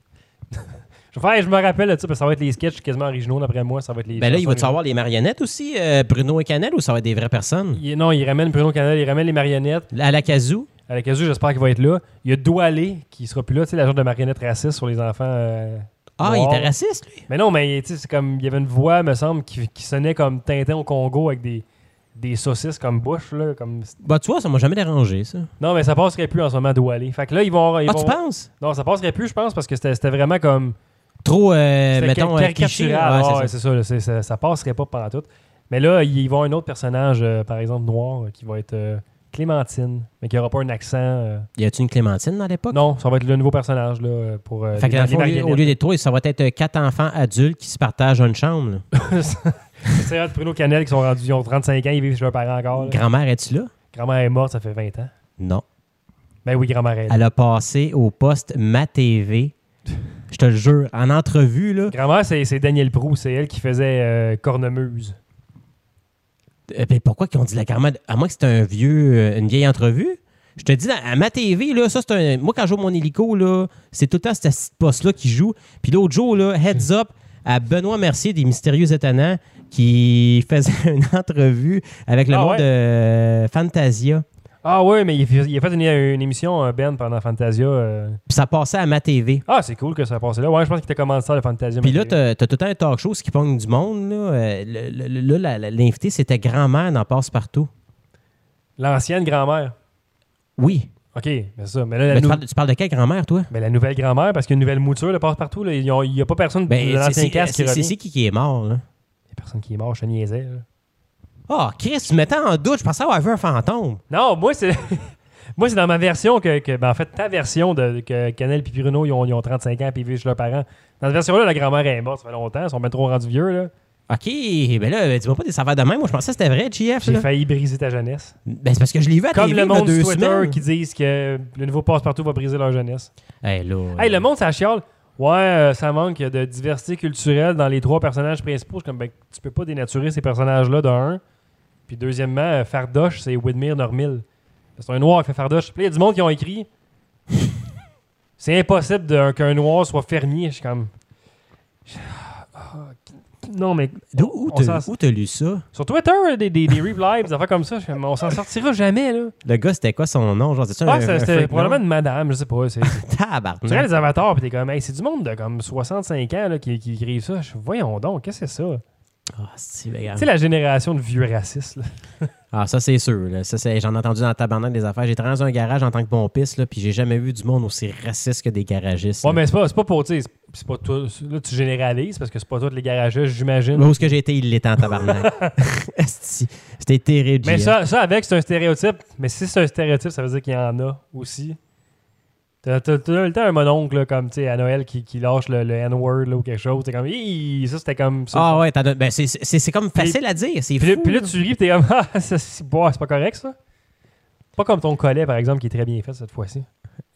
S1: je vais faire, hey, je me rappelle, tu sais, parce que ça va être les sketchs quasiment originaux d'après moi. Ça va être les.
S2: Ben là, il va
S1: chansons
S2: savoir les marionnettes aussi, euh, Bruno et Canel, ou ça va être des vraies personnes?
S1: originales. Il- non, il ramène Bruno Canal, il ramène les marionnettes.
S2: À la casou?
S1: Avec Azu, j'espère qu'il va être là. Il y a Doualé qui sera plus là, tu sais, la genre de marionnette raciste sur les enfants. euh,
S2: Ah,
S1: noirs.
S2: il était raciste, lui.
S1: Mais non, mais tu sais, c'est comme. Il y avait une voix, me semble, qui, qui sonnait comme Tintin au Congo avec des, des saucisses comme bouche, là, comme
S2: Bah, tu vois, ça m'a jamais dérangé, ça.
S1: Non, mais ça passerait plus en ce moment d'aller. Fait que là, ils vont. ils
S2: ah,
S1: vont-
S2: tu penses?
S1: Non, ça passerait plus, je pense, parce que c'était c'était vraiment comme.
S2: Trop, euh,
S1: C'était
S2: mettons,
S1: ca-
S2: euh, cliché.
S1: caricatural.
S2: Ouais,
S1: Ah, Ouais,
S2: c'est ça.
S1: c'est ça. là. C'est- ça. ça passerait pas pendant tout. Mais là, ils vont un autre personnage, euh, par exemple, noir, euh, qui va être euh, Clémentine, mais qui aura pas un accent. euh.
S2: Y a-tu une Clémentine dans l'époque?
S1: Non, ça va être le nouveau personnage, là, euh, pour. euh,
S2: Fait que
S1: les-
S2: dans
S1: les
S2: le fond, au lieu- au
S1: marionnettes.
S2: lieu des trois, ça va être euh, quatre enfants adultes qui se partagent une chambre. là.
S1: C'est de Bruno Canel qui sont rendus, ils ont 35 ans, ils vivent chez leurs parents encore. là.
S2: Grand-mère, es-tu là?
S1: Grand-mère est morte, ça fait 20 ans.
S2: Non.
S1: Ben oui, grand-mère est là.
S2: Elle a passé au poste Ma TV. Je te le jure, en entrevue, là.
S1: Grand-mère, c'est c'est Daniel Prou, c'est elle qui faisait euh, Cornemuse.
S2: Euh, ben, pourquoi qu'ils ont dit la grand-mère? À moins que c'était un vieux, euh, une vieille entrevue. Je te dis, à- à ma TV, là, ça, c'est un... Moi, quand je joue mon hélico, là, c'est tout le temps cette petite poste-là qui joue. Puis l'autre jour, là, heads up à Benoît Mercier des Mystérieux Étonnants qui faisait une entrevue avec le
S1: Ah
S2: monde
S1: ouais?
S2: de euh, Fantasia.
S1: Ah oui, mais il, fais- il a fait une, une émission, euh, Ben, pendant Fantasia. euh.
S2: Puis ça passait à ma TV.
S1: Ah, c'est cool que ça a passé là. Ouais, je pense qu'il était commencé le Fantasia.
S2: Puis là,
S1: mais-
S2: t'as t'as tout le temps un talk show, ce qui pogne du monde. Là, Euh, le- le- le- là, la- la- l'invité, c'était grand-mère dans Passe-Partout.
S1: L'ancienne grand-mère.
S2: Oui.
S1: OK, mais c'est ça. Mais là, la,
S2: Mais tu,
S1: nou-
S2: parles, tu parles de quelle grand-mère, toi?
S1: ben, la nouvelle grand-mère, parce qu'il y a une nouvelle mouture, le passe-partout. là. Il n'y a pas personne de
S2: Ben, c'est-
S1: l'ancien
S2: c'est
S1: casque qui
S2: c'est- c'est-
S1: revient.
S2: c'est qui qui est mort, là?
S1: Il y a personne qui est mort, je te niaisais. là.
S2: Ah, Chris, tu me mettais en doute. Je pensais avoir vu un fantôme.
S1: Non, moi, c'est. Moi, c'est dans ma version que, que- ben, en fait, ta version de que Canel et Bruno, ils ont, ils ont 35 ans puis ils vivent chez leurs parents. Dans cette version-là, la grand-mère est morte, ça fait longtemps, ils sont bien trop rendus vieux. Là.
S2: OK, ben là, dis-moi pas des saveurs de main. Moi, je pensais que c'était vrai, JF.
S1: J'ai
S2: là.
S1: failli briser ta jeunesse.
S2: Ben, c'est parce que je l'ai vu à
S1: Comme
S2: TV,
S1: le
S2: il y a
S1: monde
S2: deux
S1: sur Twitter
S2: semaines.
S1: qui disent que le nouveau passe-partout va briser leur jeunesse.
S2: Hey, là, euh,
S1: Hey, le monde, ça chiale. Ouais, euh, ça manque de diversité culturelle dans les trois personnages principaux. Je suis comme, ben, tu peux pas dénaturer ces personnages-là, de un. Puis, deuxièmement, euh, Fardoche, c'est Widmere Normil. C'est un noir qui fait Fardoche. Puis, il y a du monde qui ont écrit. c'est impossible de- qu'un noir soit fermier. Je suis comme. Ah, Non, mais
S2: d'où- où
S1: on
S2: t'as-
S1: s'en-
S2: où t'as lu ça?
S1: sur Twitter, euh, des, des, des replies, des affaires comme ça, je fais, mais on s'en sortira jamais. là.
S2: Le gars, c'était quoi son nom? Genre, c'était
S1: Je
S2: un,
S1: pense que
S2: un
S1: c'était
S2: fake
S1: probablement
S2: nom?
S1: une madame, je sais pas. c'est- Tu regardes
S2: Tabarnak.
S1: les avatars, puis t'es comme, hey, c'est du monde de comme 65 ans là, qui, qui écrivent ça. Je fais, voyons donc, qu'est-ce que c'est ça?
S2: Ah, c'est bien.
S1: Tu sais, la génération de vieux racistes. là.
S2: Ah, ça, c'est sûr. là. Ça, c'est- J'en ai entendu dans le tabarnak des affaires. J'ai travaillé dans un garage en tant que pompiste, là, puis j'ai jamais vu du monde aussi raciste que des garagistes.
S1: Ouais,
S2: là.
S1: mais c'est pas, c'est pas pour, tu sais, c'est- c'est pas tout. Là, tu généralises parce que c'est pas tous les garagistes, j'imagine.
S2: Là où est-ce que j'ai été, il l'était en tabarnak. Esti, C'était terrible.
S1: Mais
S2: JF.
S1: ça, ça, avec, c'est un stéréotype. Mais si c'est un stéréotype, ça veut dire qu'il y en a aussi. T'as t'as- t'as le temps un mononcle, là, comme, tu sais, à Noël qui, qui lâche le, le N-word là, ou quelque chose. T'es comme, Hi, ça, c'était comme ça.
S2: Ah ouais, t'as don- ben, c'est- c'est c'est comme facile à dire. C'est
S1: Puis, là-
S2: fou,
S1: puis là,
S2: là.
S1: tu ris, puis t'es comme, ah, ça, c'est bah, c'est pas correct, ça. Pas comme ton collet, par exemple, qui est très bien fait cette fois-ci.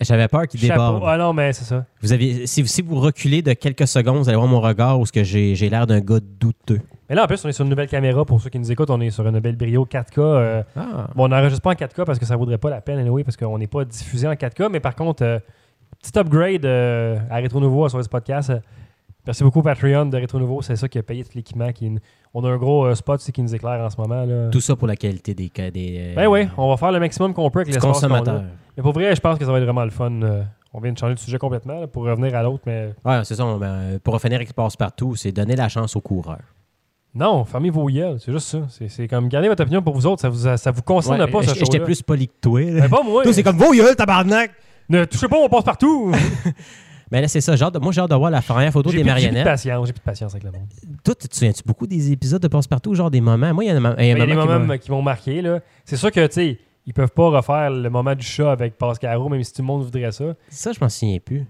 S2: J'avais peur qu'il
S1: Chapeau.
S2: déborde.
S1: Ah non, mais c'est ça.
S2: Vous avez, si, vous- si vous reculez de quelques secondes, vous allez voir mon regard où ce que j'ai j'ai l'air d'un gars douteux.
S1: Mais là, en plus, on est sur une nouvelle caméra. Pour ceux qui nous écoutent, on est sur une belle Brio 4K. euh,
S2: Ah.
S1: bon, on n'enregistre pas en 4K parce que ça vaudrait pas la peine, anyway, parce qu'on n'est pas diffusé en 4K. Mais par contre, euh, petit upgrade euh, à Rétro Nouveau sur ce podcast. Euh, merci beaucoup, Patreon de Rétro Nouveau. C'est ça qui a payé tout l'équipement. qui n- On a un gros euh, spot tu sais, qui nous éclaire en ce moment. Là.
S2: Tout ça pour la qualité des ca- des euh,
S1: Ben oui, on va faire le maximum qu'on peut avec
S2: du
S1: l'espace qu'on a.
S2: consommateur.
S1: Mais pour vrai, je pense que ça va être vraiment le fun. euh, on vient de changer de sujet complètement là, pour revenir à l'autre, mais
S2: Ouais, c'est ça. on- ben, pour finir avec passe partout, c'est donner la chance aux coureurs.
S1: non, fermez vos yeux, c'est juste ça. C'est- C'est comme garder votre opinion pour vous autres, ça vous, ça vous concerne
S2: Ouais,
S1: pas, ce
S2: j- J'étais
S1: show-là.
S2: plus poli que toi. là.
S1: Mais euh, pas moi.
S2: Toi, c'est comme vos yeux, tabarnak!
S1: Ne touchez pas, on passe partout.
S2: Mais là, c'est ça. j'ai hâte de- moi, j'ai hâte de voir la première photo
S1: J'ai
S2: des
S1: plus, j'ai plus de
S2: marionnettes.
S1: patience, j'ai plus de patience avec le monde.
S2: Toi, tu te souviens-tu beaucoup des épisodes de Passe-Partout, genre des moments? Moi, il y en a, un- il y
S1: Ben,
S2: a
S1: Il y a
S2: un
S1: des
S2: moment qui
S1: moments
S2: m'a-
S1: qui m'ont marqué. là. C'est sûr que, tu sais, ils peuvent pas refaire le moment du chat avec Pascaro, même si tout le monde voudrait ça.
S2: Ça, je m'en souviens plus.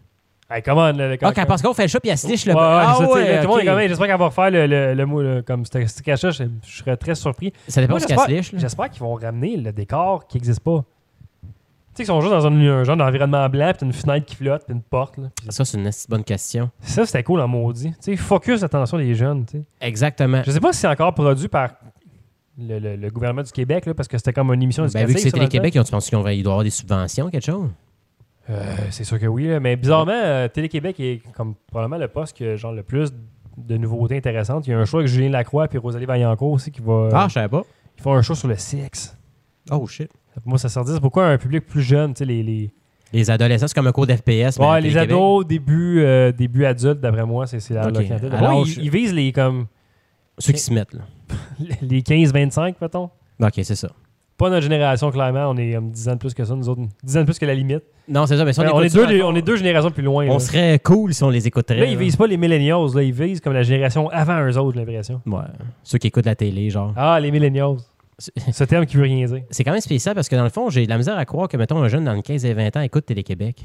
S1: Hey, comment le, le-
S2: Ah,
S1: quand-
S2: quand Pascal fait le chat puis elle se liche le
S1: Ouais, ouais,
S2: Ah
S1: c'est ça, tu sais,
S2: ouais,
S1: là, Tout le monde est
S2: ok.
S1: comme, Hey, j'espère qu'elle va refaire le, le, le mot là, comme c'était c'était caché, je, je serais très surpris.
S2: Ça dépend
S1: Moi,
S2: de ce qu'elle se
S1: j'espère,
S2: liche. là.
S1: j'espère qu'ils vont ramener le décor qui n'existe pas. Tu sais, qu'ils sont juste dans un, un genre d'environnement blanc, puis t'as une fenêtre qui flotte, puis une porte. là. Puis
S2: Ça, c'est une assez bonne question.
S1: ça, c'était cool en maudit. Tu sais, focus l'attention des jeunes. tu sais.
S2: Exactement.
S1: Je sais pas si c'est encore produit par le, le- le gouvernement du Québec, là, parce que c'était comme une émission
S2: Ben, vu que
S1: éducative,
S2: c'est
S1: ça, dans le
S2: Télé-Québec, ils ont- tu penses qu'ils vont- ils doivent avoir des subventions, quelque chose?
S1: temps. Euh, c'est sûr que oui, là, mais bizarrement, euh, Télé-Québec est comme probablement le poste qui a genre, le plus de nouveautés intéressantes. Il y a un show avec Julien Lacroix et Rosalie Vaillancourt aussi qui va.
S2: Ah, je savais pas.
S1: ils font un show sur le sexe.
S2: Oh shit.
S1: Moi, ça sert pourquoi un public plus jeune, tu sais, les- les,
S2: Les adolescents, c'est comme un cours d'FPS. mais à
S1: Ouais, les
S2: Télé-Québec.
S1: ados, début, euh, début adulte, d'après moi, c'est c'est la
S2: Ok. Ah
S1: la clientèle.
S2: Alors,
S1: Ouais, ils-
S2: je-
S1: ils, visent les, comme,
S2: Ceux qui se mettent, là.
S1: les 15-25, mettons.
S2: Ok, c'est ça.
S1: Pas notre génération, clairement. On est comme 10 ans de plus que ça, nous autres. 10 ans de plus que la limite.
S2: Non, c'est ça, mais si
S1: Ouais, on,
S2: écoute
S1: est
S2: ça,
S1: deux,
S2: dans
S1: les-
S2: le fond,
S1: on est deux générations plus loin.
S2: On
S1: là.
S2: serait cool si on les écouterait.
S1: Là, ils
S2: là.
S1: visent pas les millennials. Là, ils visent comme la génération avant eux autres, j'ai l'impression.
S2: Ouais. Ceux qui écoutent la télé, genre.
S1: Ah, les millennials.
S2: C'est-
S1: Ce terme qui veut rien dire.
S2: C'est quand même spécial parce que dans le fond, j'ai de la misère à croire que, mettons, un jeune dans le 15 et 20 ans écoute Télé-Québec.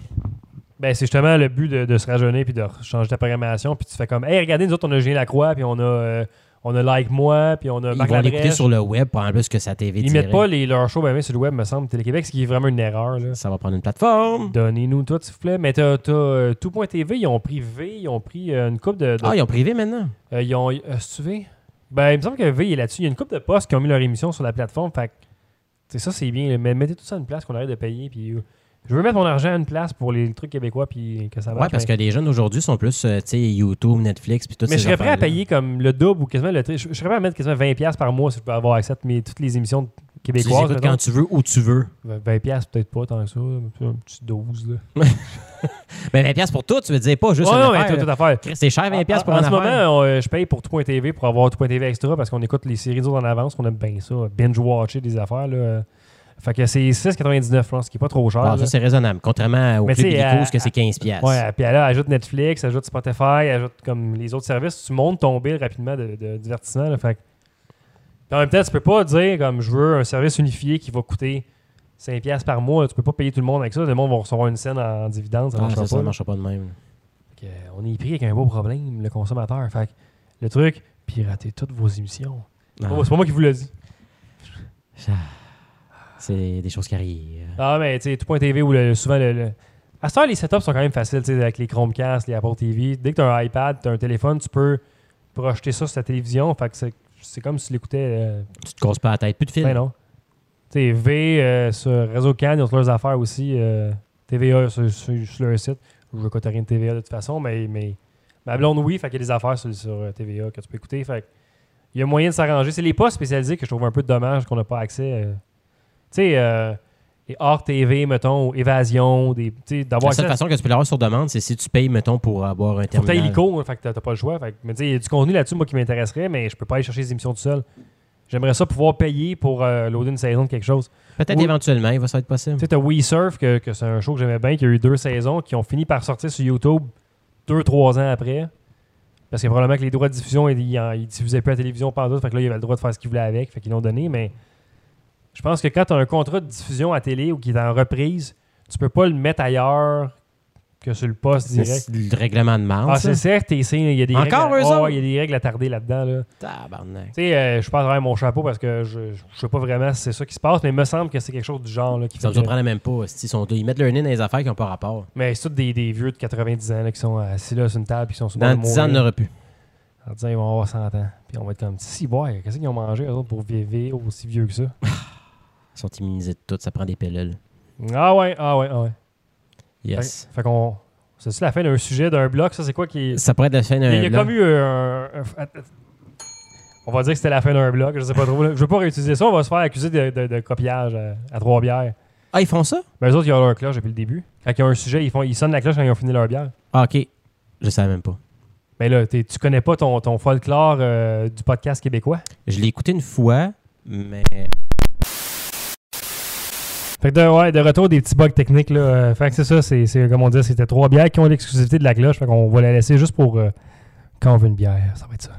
S1: Ben, c'est justement le but de, de se rajeunir puis de changer ta programmation. Puis tu fais comme, hey, regardez, nous autres, on a Julien Lacroix, puis on a, euh, on a Like Moi, puis on a
S2: Ils
S1: Euh, Marc
S2: vont l'écouter
S1: Labrèche.
S2: sur le web, pas en plus que sa TV
S1: Ils
S2: tirée.
S1: mettent pas les, leurs shows ben, ben, sur le web, me semble, Télé-Québec, ce qui est vraiment une erreur. là.
S2: Ça va prendre une plateforme.
S1: Donnez-nous tout, s'il vous plaît. Mais t'as t'as, euh, tout.tv, ils ont pris V, ils ont pris euh, une coupe de. de-
S2: Ah, ils ont privé maintenant.
S1: euh, ils ont. euh, c'est-tu V Ben, il me semble que V est là-dessus. Il y a une coupe de postes qui ont mis leur émission sur la plateforme. Fait que, tu sais, ça, c'est bien. Mais mettez tout ça à une place qu'on arrête de payer. Puis, euh, je veux mettre mon argent à une place pour les trucs québécois, puis que ça marche.
S2: Ouais, parce que
S1: mais-
S2: les jeunes aujourd'hui sont plus, euh, tu sais, YouTube, Netflix, puis tout
S1: Mais je serais prêt à payer comme le double ou quasiment le tri. Je je serais prêt à mettre quasiment 20$ par mois si je peux avoir accès à mes- toutes les émissions
S2: Tu les
S1: québécoises.
S2: écoutes
S1: mettons.
S2: quand tu veux, où tu veux.
S1: Ben, 20$ peut-être pas tant que ça. là. Un petit 12$. Là.
S2: Mais 20$ pour tout, tu veux dire pas juste
S1: Ouais,
S2: une
S1: non, mais
S2: affaire,
S1: t'as
S2: là.
S1: tout à faire.
S2: Chris, c'est cher 20$
S1: En-
S2: Ah, pour
S1: en,
S2: une
S1: ce
S2: affaire.
S1: moment, on- euh, je paye pour tout.tv pour avoir tout.tv extra parce qu'on écoute les séries d'autres en avance, qu'on aime bien ça, binge-watcher des affaires. Là. Fait que c'est 6,99 je pense, ce qui est pas trop cher.
S2: Ah,
S1: là.
S2: ça, c'est raisonnable. Contrairement au
S1: euh, Mais
S2: club
S1: tu sais,
S2: illico,
S1: à-
S2: ce que c'est 15$.
S1: ouais, puis là, ajoute Netflix, ajoute Spotify, ajoute comme les autres services, tu montes ton bill rapidement de, de divertissement. là. fait que- Puis en même temps, tu peux pas dire comme je veux un service unifié qui va coûter 5$ piastres par mois. Tu peux pas payer tout le monde avec ça. Tout le monde va recevoir une scène en dividende, ça
S2: Ah,
S1: marchera
S2: ça,
S1: pas.
S2: ça
S1: là.
S2: marchera pas de même.
S1: Fait que, euh, on est pris avec un beau problème, le consommateur. Fait que, le truc, piratez toutes vos émissions.
S2: Ah,
S1: Oh, c'est pas moi qui vous le dis.
S2: c'est des choses qui arrivent.
S1: Ah, mais tu sais, tout.tv ou le- souvent le, le- À ce temps, les setups sont quand même faciles, tu sais, avec les Chromecast, les Apple TV. Dès que tu as un iPad, tu as un téléphone, tu peux projeter ça sur ta télévision. Fait que c'est, c'est comme si tu l'écoutais. euh,
S2: Tu te causes pas la tête, plus de fil.
S1: ben non. Tu sais, V euh, sur Réseau Can, ils ont toutes leurs affaires aussi. euh, TVA sur, sur- sur leur site. Je ne rien de TVA de toute façon, mais, mais ma blonde, oui, fait qu'il y a des affaires sur, sur, euh, TVA que tu peux écouter. Fait que il y a moyen de s'arranger. C'est les postes spécialisés que je trouve un peu dommage qu'on n'a pas accès. euh, tu sais, euh, les hors TV, mettons, ou évasion, des, tu sais, d'avoir
S2: la seule
S1: accès à
S2: façon que tu peux l'avoir sur demande, c'est si tu payes, mettons, pour avoir un
S1: faut que t'ailles
S2: terminal.
S1: illico, hein, fait que t'as t'as pas le choix. Fait que, mais tu sais, il y a du contenu là-dessus, moi, qui m'intéresserait, mais je peux pas aller chercher les émissions tout seul. J'aimerais ça pouvoir payer pour euh, loader une saison de quelque chose.
S2: Peut-être
S1: Oui.
S2: éventuellement, il va ça être possible.
S1: Tu sais, t'as We Surf, que, que c'est un show que j'aimais bien, qui a eu deux saisons, qui ont fini par sortir sur YouTube deux, trois ans après. Parce que probablement que les droits de diffusion, ils, ils en- ils diffusaient plus à la télévision par d'autres. Fait que là, ils avaient le droit de faire ce qu'ils voulaient avec. Fait qu'ils l'ont donné. Mais je pense que quand tu as un contrat de diffusion à télé ou qui est en reprise, tu peux pas le mettre ailleurs que sur le poste direct.
S2: C'est le règlement de marge.
S1: Ah, c'est CRTC, il y a des
S2: Encore
S1: règles.
S2: eux
S1: à- Ouais,
S2: autres?
S1: il y a des règles à tarder là-dedans. Là.
S2: Tabarnak.
S1: Tu sais, euh, je passe derrière mon chapeau parce que je, je sais pas vraiment si c'est ça qui se passe, mais il me semble que c'est quelque chose du genre là, qui
S2: Ça me
S1: fait que-
S2: surprend même pas. si Ils, sont deux. ils mettent leur nez dans les affaires qui n'ont pas rapport.
S1: Mais c'est tous des, des vieux de 90 ans là, qui sont assis là sur une table puis qui sont sur le
S2: Dans
S1: bord de
S2: 10 ans, on
S1: mourir.
S2: n'aura plus.
S1: En disant, ils vont avoir 100 ans. Puis on va être comme, si, boy, qu'est-ce qu'ils ont mangé, eux autres, pour vivre aussi vieux que ça?
S2: Ils sont immunisés de tout. Ça prend des pilules.
S1: ah ouais, ah ouais, ah ouais.
S2: Yes.
S1: Fait, fait qu'on. C'est la fin d'un sujet, d'un bloc. Ça, c'est quoi qui.
S2: Ça pourrait être la fin
S1: Il
S2: d'un.
S1: y a- il y a
S2: bloc.
S1: comme eu un. un- un- On va dire que c'était la fin d'un bloc, je sais pas trop. là. Je veux pas réutiliser ça, on va se faire accuser de, de- de copiage à, à trois bières.
S2: Ah, ils font ça?
S1: Mais eux autres, ils ont leur cloche depuis le début. Quand ils ont un sujet, ils, font, ils sonnent la cloche quand ils ont fini leur bière.
S2: Ah, OK. Je savais même pas.
S1: Mais là, t'es- tu connais pas ton, ton folklore euh, du podcast québécois?
S2: Je l'ai écouté une fois, mais.
S1: Fait que de, ouais, de retour des petits bugs techniques. Là, euh, fait que c'est ça, c'est, c'est, comme on dit, c'était trois bières qui ont l'exclusivité de la cloche. Fait qu'on va la laisser juste pour euh, quand on veut une bière. Ça va être ça.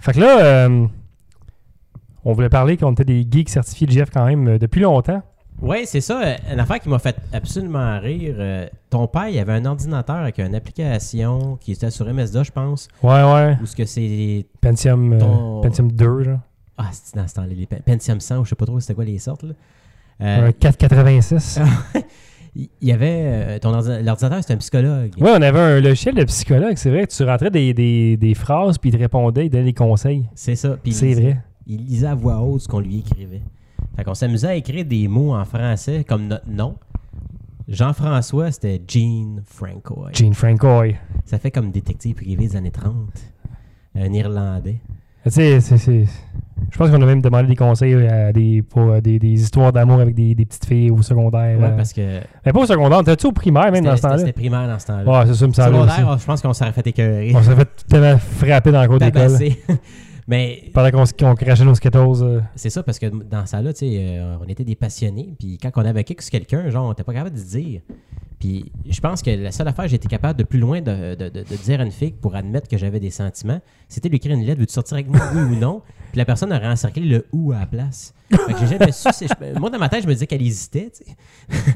S1: Fait que là, euh, on voulait parler qu'on était des geeks certifiés de GF quand même euh, depuis longtemps.
S2: Oui, c'est ça. euh, Une affaire qui m'a fait absolument rire. euh, ton père, il avait un ordinateur avec une application qui était sur MS-DOS, je pense.
S1: Ouais, ouais.
S2: Ou ce que c'est.
S1: Pentium, euh,
S2: Ton-
S1: Pentium 2, genre.
S2: Ah, c'est dans ce temps-là. les Pen- Pentium 100, ou je sais pas trop c'était quoi les sortes. Là. Euh,
S1: Un 486.
S2: Ah, Il il y avait. euh, ton ordi- L'ordinateur, c'était un psychologue.
S1: Ouais, on avait un logiciel de psychologue, c'est vrai. Tu rentrais des, des, des phrases, puis il te répondait, il donnait des conseils.
S2: C'est ça. Puis il
S1: C'est
S2: lisait-
S1: vrai.
S2: Il lisait à voix haute ce qu'on lui écrivait. Fait qu'on s'amusait à écrire des mots en français comme notre nom. Jean-François, c'était Jean Francois.
S1: Gene Francoy.
S2: Ça fait comme détective privé des années 30. Un Irlandais.
S1: Tu sais, c'est- c'est- Je pense qu'on a même demandé des conseils à des, pour euh, des, des histoires d'amour avec des, des petites filles au secondaire.
S2: Ouais,
S1: euh.
S2: parce que
S1: Mais pas au secondaire, on était au primaire Ah, même dans
S2: c'était
S1: ce temps-là?
S2: c'était primaire dans ce temps-là.
S1: Ouais, c'est ça, me semble.
S2: Secondaire, ah, je pense qu'on s'aurait fait écœurer.
S1: On s'est fait tellement frapper dans la cour d'école.
S2: Tabassé. Mais
S1: Pendant qu'on s- qu'on crachait nos skittles. euh.
S2: c'est ça, parce que dans ça là tu sais, euh, on était des passionnés. Puis quand on avait quelque quelqu'un, genre, on n'était pas capable de se dire. Puis je pense que la seule affaire que j'ai été capable de plus loin de, de- de- de dire à une fille pour admettre que j'avais des sentiments, c'était de lui écrire une lettre, veux-tu sortir avec moi, oui ou non? Puis la personne aurait encerclé le ou à la place. Fait que j'ai jamais su, c'est- je- moi, dans ma tête, je me disais qu'elle hésitait. tu sais.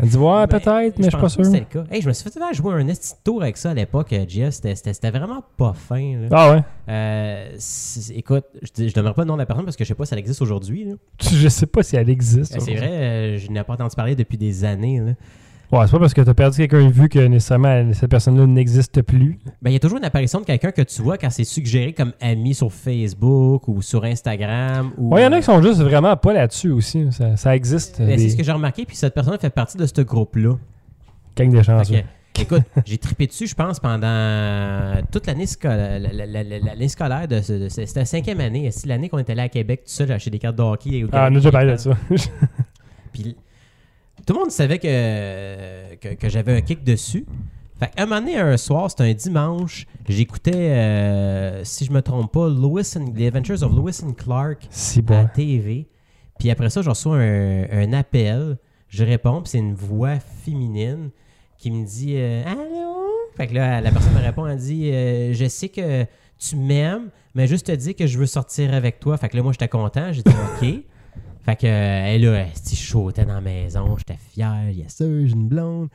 S1: Elle dit Ouais,
S2: Ben,
S1: peut-être, mais je suis pas
S2: pense
S1: sûr.
S2: que C'était le cas. Hey, je me suis fait faire jouer un esti de tour avec ça à l'époque, euh, Jess. C'était- C'était c'était vraiment pas fin. là.
S1: Ah ouais
S2: Euh, c'est- écoute, je ne donnerai pas le nom de la personne parce que je sais pas si elle existe aujourd'hui. là.
S1: Je sais pas si elle existe.
S2: Euh, C'est vrai, euh, je n'ai pas entendu parler depuis des années. là.
S1: Ouais, c'est pas parce que t'as perdu quelqu'un de vue que nécessairement elle- cette personne-là n'existe plus.
S2: Ben, il y a toujours une apparition de quelqu'un que tu vois quand c'est suggéré comme ami sur Facebook ou sur Instagram. Ou, euh,
S1: Ouais, il y en a qui sont juste vraiment pas là-dessus aussi. Ça, ça existe.
S2: Ben,
S1: des
S2: c'est ce que j'ai remarqué, puis cette personne fait partie de ce groupe-là.
S1: gangs de chanceux.
S2: Fait que, écoute, j'ai tripé dessus, je pense, pendant toute l'année scolaire, la- la- la- la- l'année scolaire de, ce- de ce- c'était la cinquième année. C'est l'année qu'on était allé à Québec tout seul, j'ai acheté des cartes de hockey. et-
S1: Ah, on a déjà parlé de ça.
S2: Puis tout le monde savait que, que, que j'avais un kick dessus. Fait qu'à un moment donné, un soir, c'était un dimanche, j'écoutais, euh, si je me trompe pas, Lewis and, The Adventures of Lewis and Clark
S1: si
S2: à
S1: bon.
S2: la TV. Puis après ça, je reçois un, un appel. Je réponds, puis c'est une voix féminine qui me dit euh, Allô? Fait que là, la personne me répond, elle dit euh, Je sais que tu m'aimes, mais juste te dire que je veux sortir avec toi. Fait que là, moi, j'étais content. J'ai dit OK. Fait que, euh, elle, là, si je sautais dans la maison, j'étais fier, yes sir, j'ai une blonde.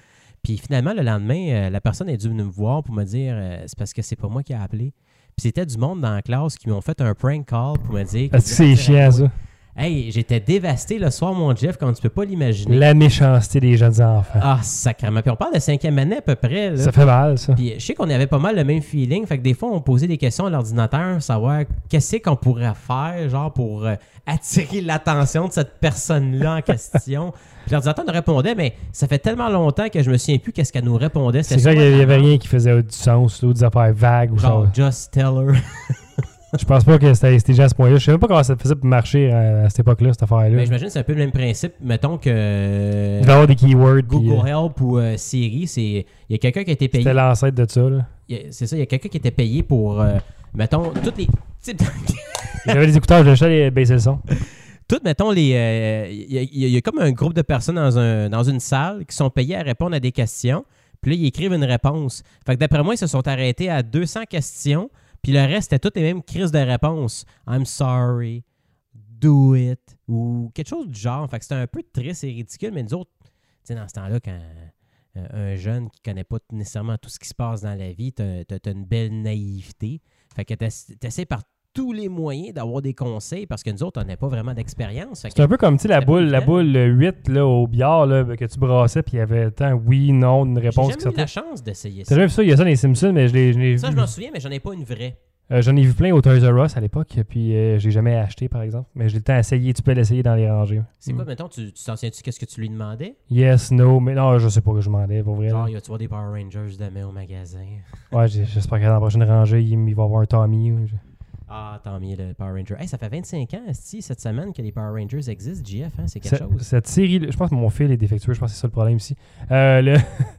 S2: Puis finalement, le lendemain, euh, la personne est due venir me voir pour me dire euh, C'est parce que c'est pas moi qui ai appelé. Puis c'était du monde dans la classe qui m'ont fait un prank call pour me dire
S1: Est-ce que
S2: qu'ils
S1: Ah, c'est
S2: voulaient
S1: chiant ça
S2: Hey, j'étais dévasté le soir, mon Jeff, quand tu peux pas l'imaginer.
S1: La méchanceté des jeunes enfants.
S2: Ah, sacrément. Puis on parle de cinquième année à peu près. Là.
S1: ça fait mal ça.
S2: Puis euh, je sais qu'on avait pas mal le même feeling. Fait que des fois, on posait des questions à l'ordinateur, savoir qu'est-ce qu'on pourrait faire, genre, pour euh, attirer l'attention de cette personne-là en question. Puis l'ordinateur nous répondait, mais ça fait tellement longtemps que je me souviens plus qu'est-ce qu'elle nous répondait.
S1: C'est
S2: C'était
S1: ça
S2: souvent
S1: qu'il n'y avait rien qui faisait du sens, là, ou des affaires vagues ou
S2: Genre,
S1: ça.
S2: just tell her.
S1: Je pense pas que c'était c'était déjà à ce point-là. Je sais même pas comment ça faisait pour marcher euh, à, à cette époque-là, cette affaire-là.
S2: mais j'imagine que c'est un peu le même principe, mettons que. euh,
S1: Il devait y avoir des keywords. puis,
S2: Google
S1: euh,
S2: Help ou euh, Siri, c'est. Il y a quelqu'un qui a été payé
S1: C'était l'ancêtre de ça. là.
S2: Il y a- C'est ça, il y a quelqu'un qui était payé pour, euh, mettons, toutes les. tu sais,
S1: J'avais les écouteurs, j'achetais les baisser le son.
S2: toutes, mettons, les. euh, Il y, a- il y a- il y a comme un groupe de personnes dans, un, dans une salle qui sont payées à répondre à des questions. Puis là, ils écrivent une réponse. Fait que d'après moi, ils se sont arrêtés à 200 questions. Puis le reste, c'était toutes les mêmes crises de réponse. I'm sorry. Do it. Ou quelque chose du genre. Fait que c'était un peu triste et ridicule. Mais nous autres, tu sais, dans ce temps-là, quand euh, un jeune qui connaît pas nécessairement tout ce qui se passe dans la vie, t'as t'as- t'as une belle naïveté. Fait que t'ess- t'essaies par tous les moyens d'avoir des conseils parce que nous autres, on n'a pas vraiment d'expérience. Fait que-
S1: C'est un peu comme tu sais, la
S2: C'était pas
S1: boule, la
S2: évident.
S1: boule euh, 8 là, au billard là, que tu brassais, puis il y avait tant oui, non, une
S2: J'ai
S1: réponse qui
S2: jamais eu
S1: sortait.
S2: la chance d'essayer
S1: T'as
S2: ça.
S1: jamais vu ça, il y a ça dans les Simpsons, mais je l'ai je l'ai vu.
S2: Ça, je m'en souviens, mais j'en ai pas une vraie.
S1: Euh, J'en ai vu plein au Toys R Us à l'époque, puis euh, j'ai jamais acheté par exemple. Mais j'ai le temps d'essayer, tu peux l'essayer dans les rangées.
S2: C'est
S1: Mm.
S2: quoi, mettons, tu tu t'en souviens-tu qu'est-ce que tu lui demandais?
S1: Yes, no, mais non, je sais pas que je m'en ai, pour vrai. là.
S2: Genre, y a-tu voir des Power Rangers demain au magasin?
S1: Ouais, j'ai- j'espère que dans la prochaine rangée, il, il va y avoir un Tommy. ou je-
S2: Ah, tant mieux, le Power Ranger. Hey, ça fait 25 ans, esti, cette semaine, que les Power Rangers existent, GF, hein? C'est quelque
S1: Cette-
S2: chose.
S1: Cette série, je pense que mon fil est défectueux, je pense que c'est ça le problème ici. Euh, le,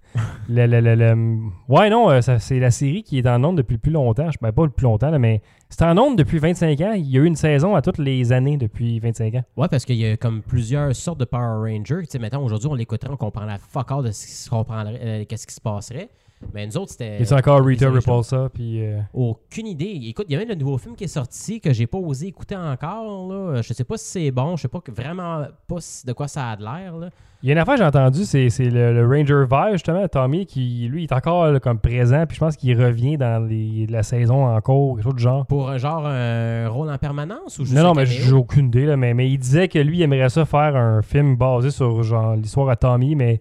S1: le- le- le- le- ouais, non, euh, ça- c'est la série qui est en onde depuis plus longtemps. Je ne pas le plus longtemps, là, mais c'est en onde depuis 25 ans. Il y a eu une saison à toutes les années depuis 25 ans.
S2: Ouais, parce qu'il y a comme plusieurs sortes de Power Rangers. Tu sais, mettons, aujourd'hui, on l'écouterait, on comprend la fuck all de ce qui se, comprendrait, euh, qu'est-ce qui se passerait. Mais nous autres, c'était.
S1: Il y a encore Rita
S2: les originaux.
S1: Repulsa, puis euh,
S2: Aucune idée. Écoute, il y a même le nouveau film qui est sorti que j'ai pas osé écouter encore. Là. Euh, Je sais pas si c'est bon, je sais pas que- vraiment pas si- de quoi ça a de l'air. là.
S1: Il y a une affaire que j'ai entendue, c'est c'est le, le Ranger vert, justement, Tommy, qui, lui, est encore là, comme présent, puis je pense qu'il revient dans les- la saison encore, quelque chose du genre.
S2: Pour un genre un rôle en permanence ou juste
S1: Non,
S2: un
S1: non, mais
S2: caméo?
S1: j'ai aucune idée, là, mais, mais il disait que lui, il aimerait ça faire un film basé sur genre l'histoire à Tommy, mais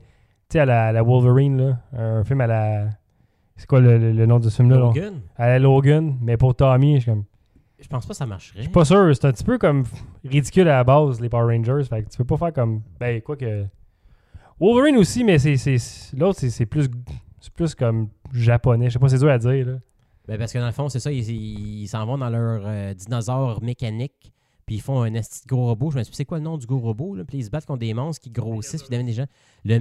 S1: tu sais, à la, à la Wolverine, là, un film à la. C'est quoi le, le- le nom de ce film-là? là?
S2: Logan?
S1: À la Logan, mais pour Tommy, je suis comme.
S2: Je pense pas que ça marcherait.
S1: Pas sûr, c'est un petit peu comme ridicule à la base, les Power Rangers, fait que tu peux pas faire comme. Ben, quoi que. Wolverine aussi, mais c'est. c'est- c'est- L'autre, c'est- c'est plus. C'est plus comme japonais, je sais pas, c'est dur à dire, là.
S2: Ben, parce que dans le fond, c'est ça, ils- ils ils s'en vont dans leur euh, dinosaure mécanique, puis ils font un esti de gros robot. Je me suis dit, c'est quoi le nom du gros robot? Là? Puis ils se battent contre des monstres qui grossissent, puis ils deviennent des gens. Le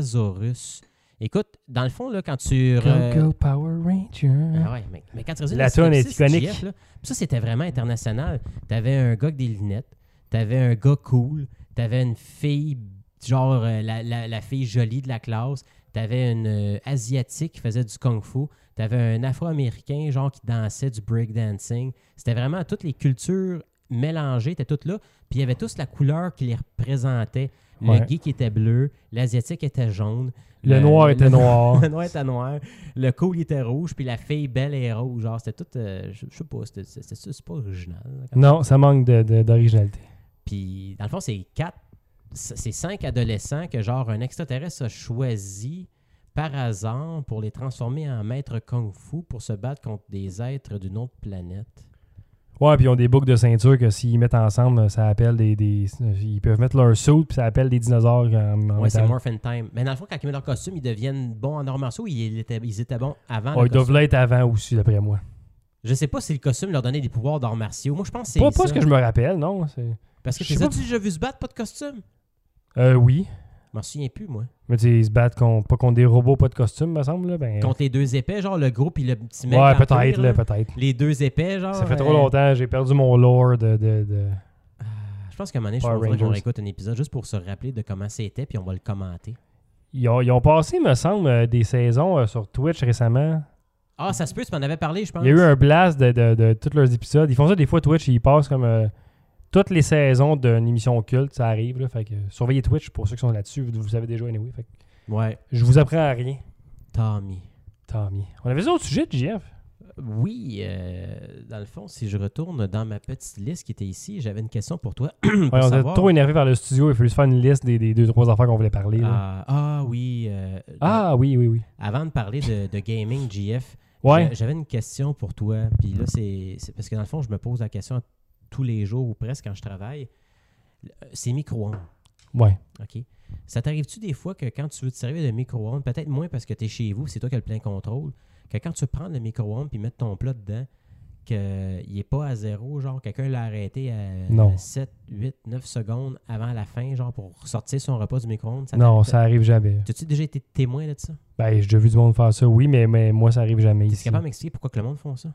S2: Megasaurus. Écoute, dans le fond, là, quand tu. re-
S1: Power Ranger.
S2: Ah ouais, mais, mais quand tu
S1: Hein?
S2: résumes
S1: La
S2: le
S1: toune est
S2: synopsis de
S1: iconique.
S2: GF, là, puis ça, c'était vraiment international. T'avais un gars avec des lunettes, t'avais un gars cool, t'avais une fille, genre euh, la, la- la fille jolie de la classe, T'avais une euh, Asiatique qui faisait du Kung Fu. T'avais un Afro-Américain, genre, qui dansait du breakdancing. C'était vraiment toutes les cultures mélangées, étaient toutes là. Puis il y avait tous la couleur qui les représentait. Le
S1: Ouais.
S2: geek était bleu, l'Asiatique était jaune. Euh,
S1: Le noir était noir.
S2: Le noir était noir. Le cool il était rouge, puis la fille belle et rouge. Genre, c'était tout. euh, je je sais pas, c'était c'était- c'était- c'est pas original. là, quand
S1: Non, ça manque de- de- d'originalité.
S2: puis, dans le fond, c'est quatre, c- c'est cinq adolescents que, genre, un extraterrestre a choisi par hasard pour les transformer en maîtres kung-fu pour se battre contre des êtres d'une autre planète.
S1: Ouais, puis ils ont des boucles de ceinture que s'ils mettent ensemble, ça appelle des. des- ils peuvent mettre leur soude, puis ça appelle des dinosaures en, en
S2: ouais, c'est
S1: métal.
S2: Morphin Time. Mais dans le fond, quand ils mettent leur costume, ils deviennent bons en arts martiaux. Ils étaient, ils étaient bons avant.
S1: Ouais,
S2: le
S1: ils doivent
S2: costume.
S1: l'être avant aussi, d'après moi.
S2: Je sais pas si le costume leur donnait des pouvoirs d'arts martiaux. Moi, je pense que c'est.
S1: Pas, pas
S2: ça.
S1: ce que je me rappelle, non. c'est-
S2: Parce que
S1: je
S2: tu
S1: sais
S2: les
S1: pas.
S2: as-tu déjà vu se battre, pas de costume
S1: Euh, oui.
S2: Je m'en souviens plus, moi.
S1: Mais tu sais, ils se battent contre, pas contre des robots, pas de costume, me semble. Là. Ben,
S2: Contre les deux épais, genre le gros puis le petit mec.
S1: ouais,
S2: en
S1: peut-être,
S2: cuir,
S1: là,
S2: là.
S1: peut-être.
S2: Les deux épais, genre.
S1: Ça fait trop
S2: euh,
S1: longtemps, j'ai perdu mon lore de. de, de-
S2: Je pense qu'à un moment donné, je
S1: Power
S2: pense qu'on
S1: Rangers.
S2: réécoute un épisode juste pour se rappeler de comment c'était, puis on va le commenter.
S1: Ils, ont, ils ont passé, me semble, euh, des saisons euh, sur Twitch récemment.
S2: Ah, ça se peut, tu m'en avais parlé, je pense.
S1: Il y a eu un blast de, de- de tous leurs épisodes. Ils font ça des fois, Twitch, ils passent comme euh, toutes les saisons d'une émission culte, ça arrive. Là, fait que, euh, surveillez Twitch pour ceux qui sont là-dessus, vous, vous savez déjà, anyway. Fait que
S2: Ouais,
S1: je vous apprends à rien,
S2: Tommy.
S1: tant mieux. On avait ça au sujet de JF.
S2: Oui, euh, dans le fond, si je retourne dans ma petite liste qui était ici, j'avais une question pour toi.
S1: Ouais, on était
S2: Hmm, savoir.
S1: trop énervé par le studio, il fallait se faire une liste des, des deux, trois affaires qu'on voulait parler. là.
S2: Ah, ah oui, euh,
S1: Ah, oui, oui, oui.
S2: avant de parler de, de gaming, GF,
S1: Ouais.
S2: j'a- j'avais une question pour toi. Puis là, c'est c'est parce que dans le fond, je me pose la question tous les jours ou presque quand je travaille. Euh, C'est micro-ondes.
S1: Ouais.
S2: OK. Ça t'arrive-tu des fois que quand tu veux te servir de micro-ondes, peut-être moins parce que tu es chez vous, c'est toi qui as le plein contrôle, que quand tu prends le micro-ondes puis mettre ton plat dedans, qu'il n'est pas à zéro, genre quelqu'un l'a arrêté à
S1: Non.
S2: 7, 8, 9 secondes avant la fin, genre pour sortir son repas du micro-ondes?
S1: Non,
S2: t'arrive-
S1: ça arrive jamais.
S2: T'as-tu déjà été témoin là, de ça?
S1: Ben, j'ai déjà vu du monde faire ça, oui, mais, mais moi, ça arrive jamais
S2: T'es
S1: ici.
S2: capable de m'expliquer pourquoi que le monde font ça?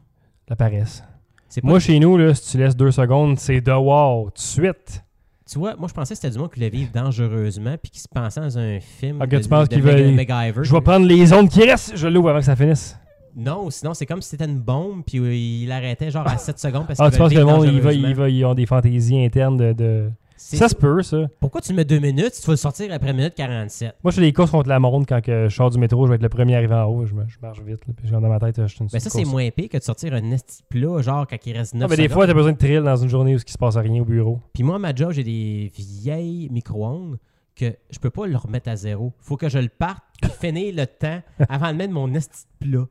S1: La paresse.
S2: C'est pas-
S1: Moi, chez nous, là, si tu laisses deux secondes, c'est dehors, tout de suite.
S2: tu vois, moi je pensais que c'était du monde qui le vivre dangereusement puis qui se pensait dans un film
S1: Ah, que
S2: de,
S1: tu penses
S2: de
S1: qu'il
S2: Mac-
S1: veut-
S2: MacGyver.
S1: Je vais prendre les ondes qui restent, je l'ouvre avant que ça finisse.
S2: Non, sinon c'est comme si c'était une bombe puis euh, il arrêtait genre à 7 secondes parce
S1: Ah,
S2: qu'il
S1: tu
S2: veut
S1: penses que
S2: le
S1: le
S2: vivre
S1: monde, il va,
S2: dangereusement.
S1: il va, ils ont des fantaisies internes de. de-
S2: C'est-
S1: Ça se peut, ça.
S2: Pourquoi tu mets deux minutes si tu vas le sortir après minute 47?
S1: Moi, je fais des courses contre la montre quand que je sors du métro, je vais être le premier arrivé en haut, je, me- je marche vite, là, puis je rentre dans ma tête, je suis une
S2: Ben ça, c'est
S1: course.
S2: moins pire que de sortir un esti de plat, genre quand il reste 9
S1: Ah, mais des fois,
S2: secondes.
S1: t'as besoin de trill dans une journée où il se passe rien au bureau.
S2: Puis moi, à ma job, j'ai des vieilles micro-ondes que je peux pas le remettre à zéro. Faut que je le parte puis finir le temps avant de mettre mon esti de plat.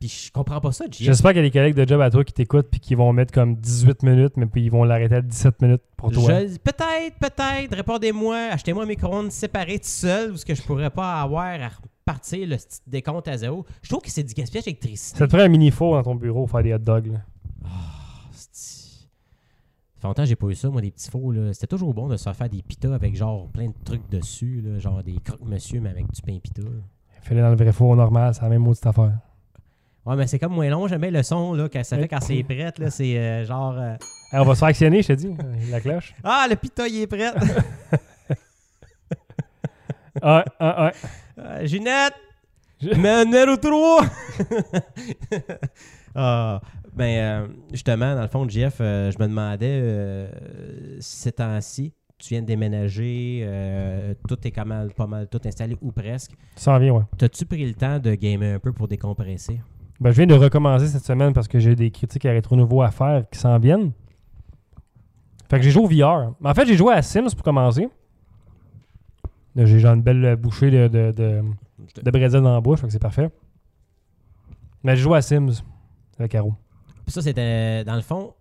S2: Puis je comprends pas ça, JF.
S1: J'espère qu'il y a des collègues de job à toi qui t'écoutent puis qui vont mettre comme 18 minutes, mais puis ils vont l'arrêter à 17 minutes pour toi.
S2: Je- peut-être, peut-être, répondez-moi, achetez-moi un micro-ondes séparé tout seul, parce que je pourrais pas avoir à repartir le petit décompte à zéro. Je trouve que c'est du gaspillage d'électricité.
S1: Ça te ferait un mini four dans ton bureau pour faire des hot dogs. là.
S2: Asti. Ça fait longtemps que j'ai pas eu ça, moi, des petits faux. là. C'était toujours bon de se faire des pitas avec genre plein de trucs dessus, là, genre des croque-monsieur, mais avec du pain pita. là.
S1: Fais-le dans le vrai four normal, c'est la même maudite affaire.
S2: Ouais, mais c'est comme moins long, j'aime bien le son là, que ça fait quand c'est prêt. là, C'est euh, genre. euh,
S1: Hey, on va se faire actionner, je te dis, euh, la cloche.
S2: Ah, le pita, il est prêt!
S1: Ah, ah, ah.
S2: Euh, Ginette!
S1: Je-
S2: Mais numéro 3! ah, ben, euh, justement, dans le fond, Jeff, euh, je me demandais, euh, ces temps-ci, tu viens de déménager, euh, tout est quand même pas mal tout installé ou presque.
S1: Tu s'en viens, ouais.
S2: T'as-tu pris le temps de gamer un peu pour décompresser?
S1: Ben, je viens de recommencer cette semaine parce que j'ai des critiques à Rétro Nouveau à faire qui s'en viennent. Fait que j'ai joué au VR. Mais En fait, j'ai joué à Sims pour commencer. Là, J'ai genre une belle euh, bouchée de, de, de, de brésil dans la bouche, fait que c'est parfait. Mais j'ai joué à Sims avec Caro.
S2: Puis ça, c'était, dans le fond,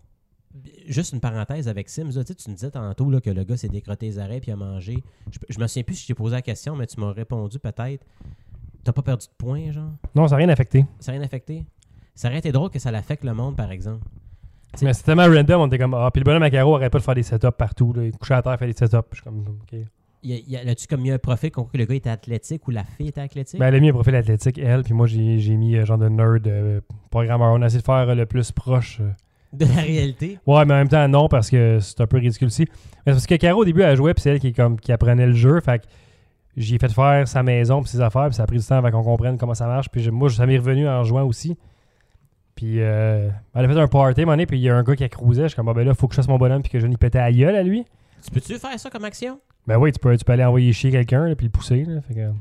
S2: juste une parenthèse avec Sims. là. Tu, sais, tu me disais tantôt là, que le gars s'est décroté les arrêts puis a mangé. Je, je me souviens plus si je t'ai posé la question, mais tu m'as répondu peut-être. T'as pas perdu de points, genre?
S1: Non, ça n'a rien affecté.
S2: Ça n'a rien affecté? Ça aurait été drôle que ça l'affecte le monde, par exemple. C'est-
S1: Mais c'est tellement random, on était comme Ah, puis le bonhomme à Caro arrête pas de faire des setups partout. Là. Il couchait à terre, fait des setups. Puis Je suis comme OK.
S2: Y a, y a- là-tu comme mis un profil qu'on croit que le gars était athlétique ou la fille était athlétique?
S1: Ben, elle a mis un profil athlétique, elle, puis moi j'ai j'ai mis euh, genre de nerd euh, programmeur. On a essayé de faire euh, le plus proche. euh,
S2: de la réalité?
S1: Ouais, mais en même temps, non, parce que c'est un peu ridicule aussi. Mais c'est parce que Caro, au début, elle jouait, puis c'est elle qui, comme, qui apprenait le jeu. Fait que J'ai fait faire sa maison puis ses affaires, puis ça a pris du temps avant qu'on comprenne comment ça marche. Puis j'ai- moi, ça m'est revenu en juin aussi. Puis euh, elle a fait un party, à un moment donné, puis il y a un gars qui a cruisé. Je suis comme, ah, ben là, faut que je fasse mon bonhomme puis que je lui pétais à gueule à lui.
S2: Tu peux-tu faire ça comme action?
S1: Ben oui, tu peux, tu peux aller envoyer chier quelqu'un là, puis le pousser. là. Fait que,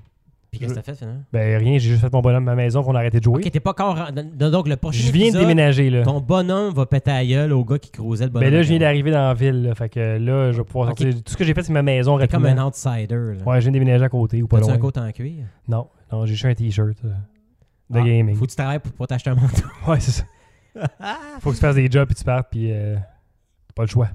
S2: Puis qu'est-ce que t'as fait finalement?
S1: ben rien, j'ai juste fait mon bonhomme à ma maison, puis on a arrêté de jouer.
S2: Ok, t'es pas encore. en- Donc, donc, le prochain
S1: je viens de
S2: épisode,
S1: déménager, là.
S2: Ton bonhomme va péter à gueule au gars qui croisait le bonhomme.
S1: Ben là, je viens
S2: T'es
S1: d'arriver dans la ville. là. fait que euh, là, je vais pouvoir
S2: Ok.
S1: sortir. Tout ce que j'ai fait, c'est ma maison rapidement.
S2: comme un outsider. Là.
S1: Ouais, je viens de déménager à côté ou pas
S2: T'as-tu
S1: loin.
S2: un coat en cuir?
S1: Non, non, j'ai juste un t-shirt euh, de
S2: Ah,
S1: gaming.
S2: Faut que tu travailles pour pas t'acheter un manteau.
S1: Ouais, c'est ça. Faut que tu fasses des jobs puis tu partes puis euh, t'as pas le choix.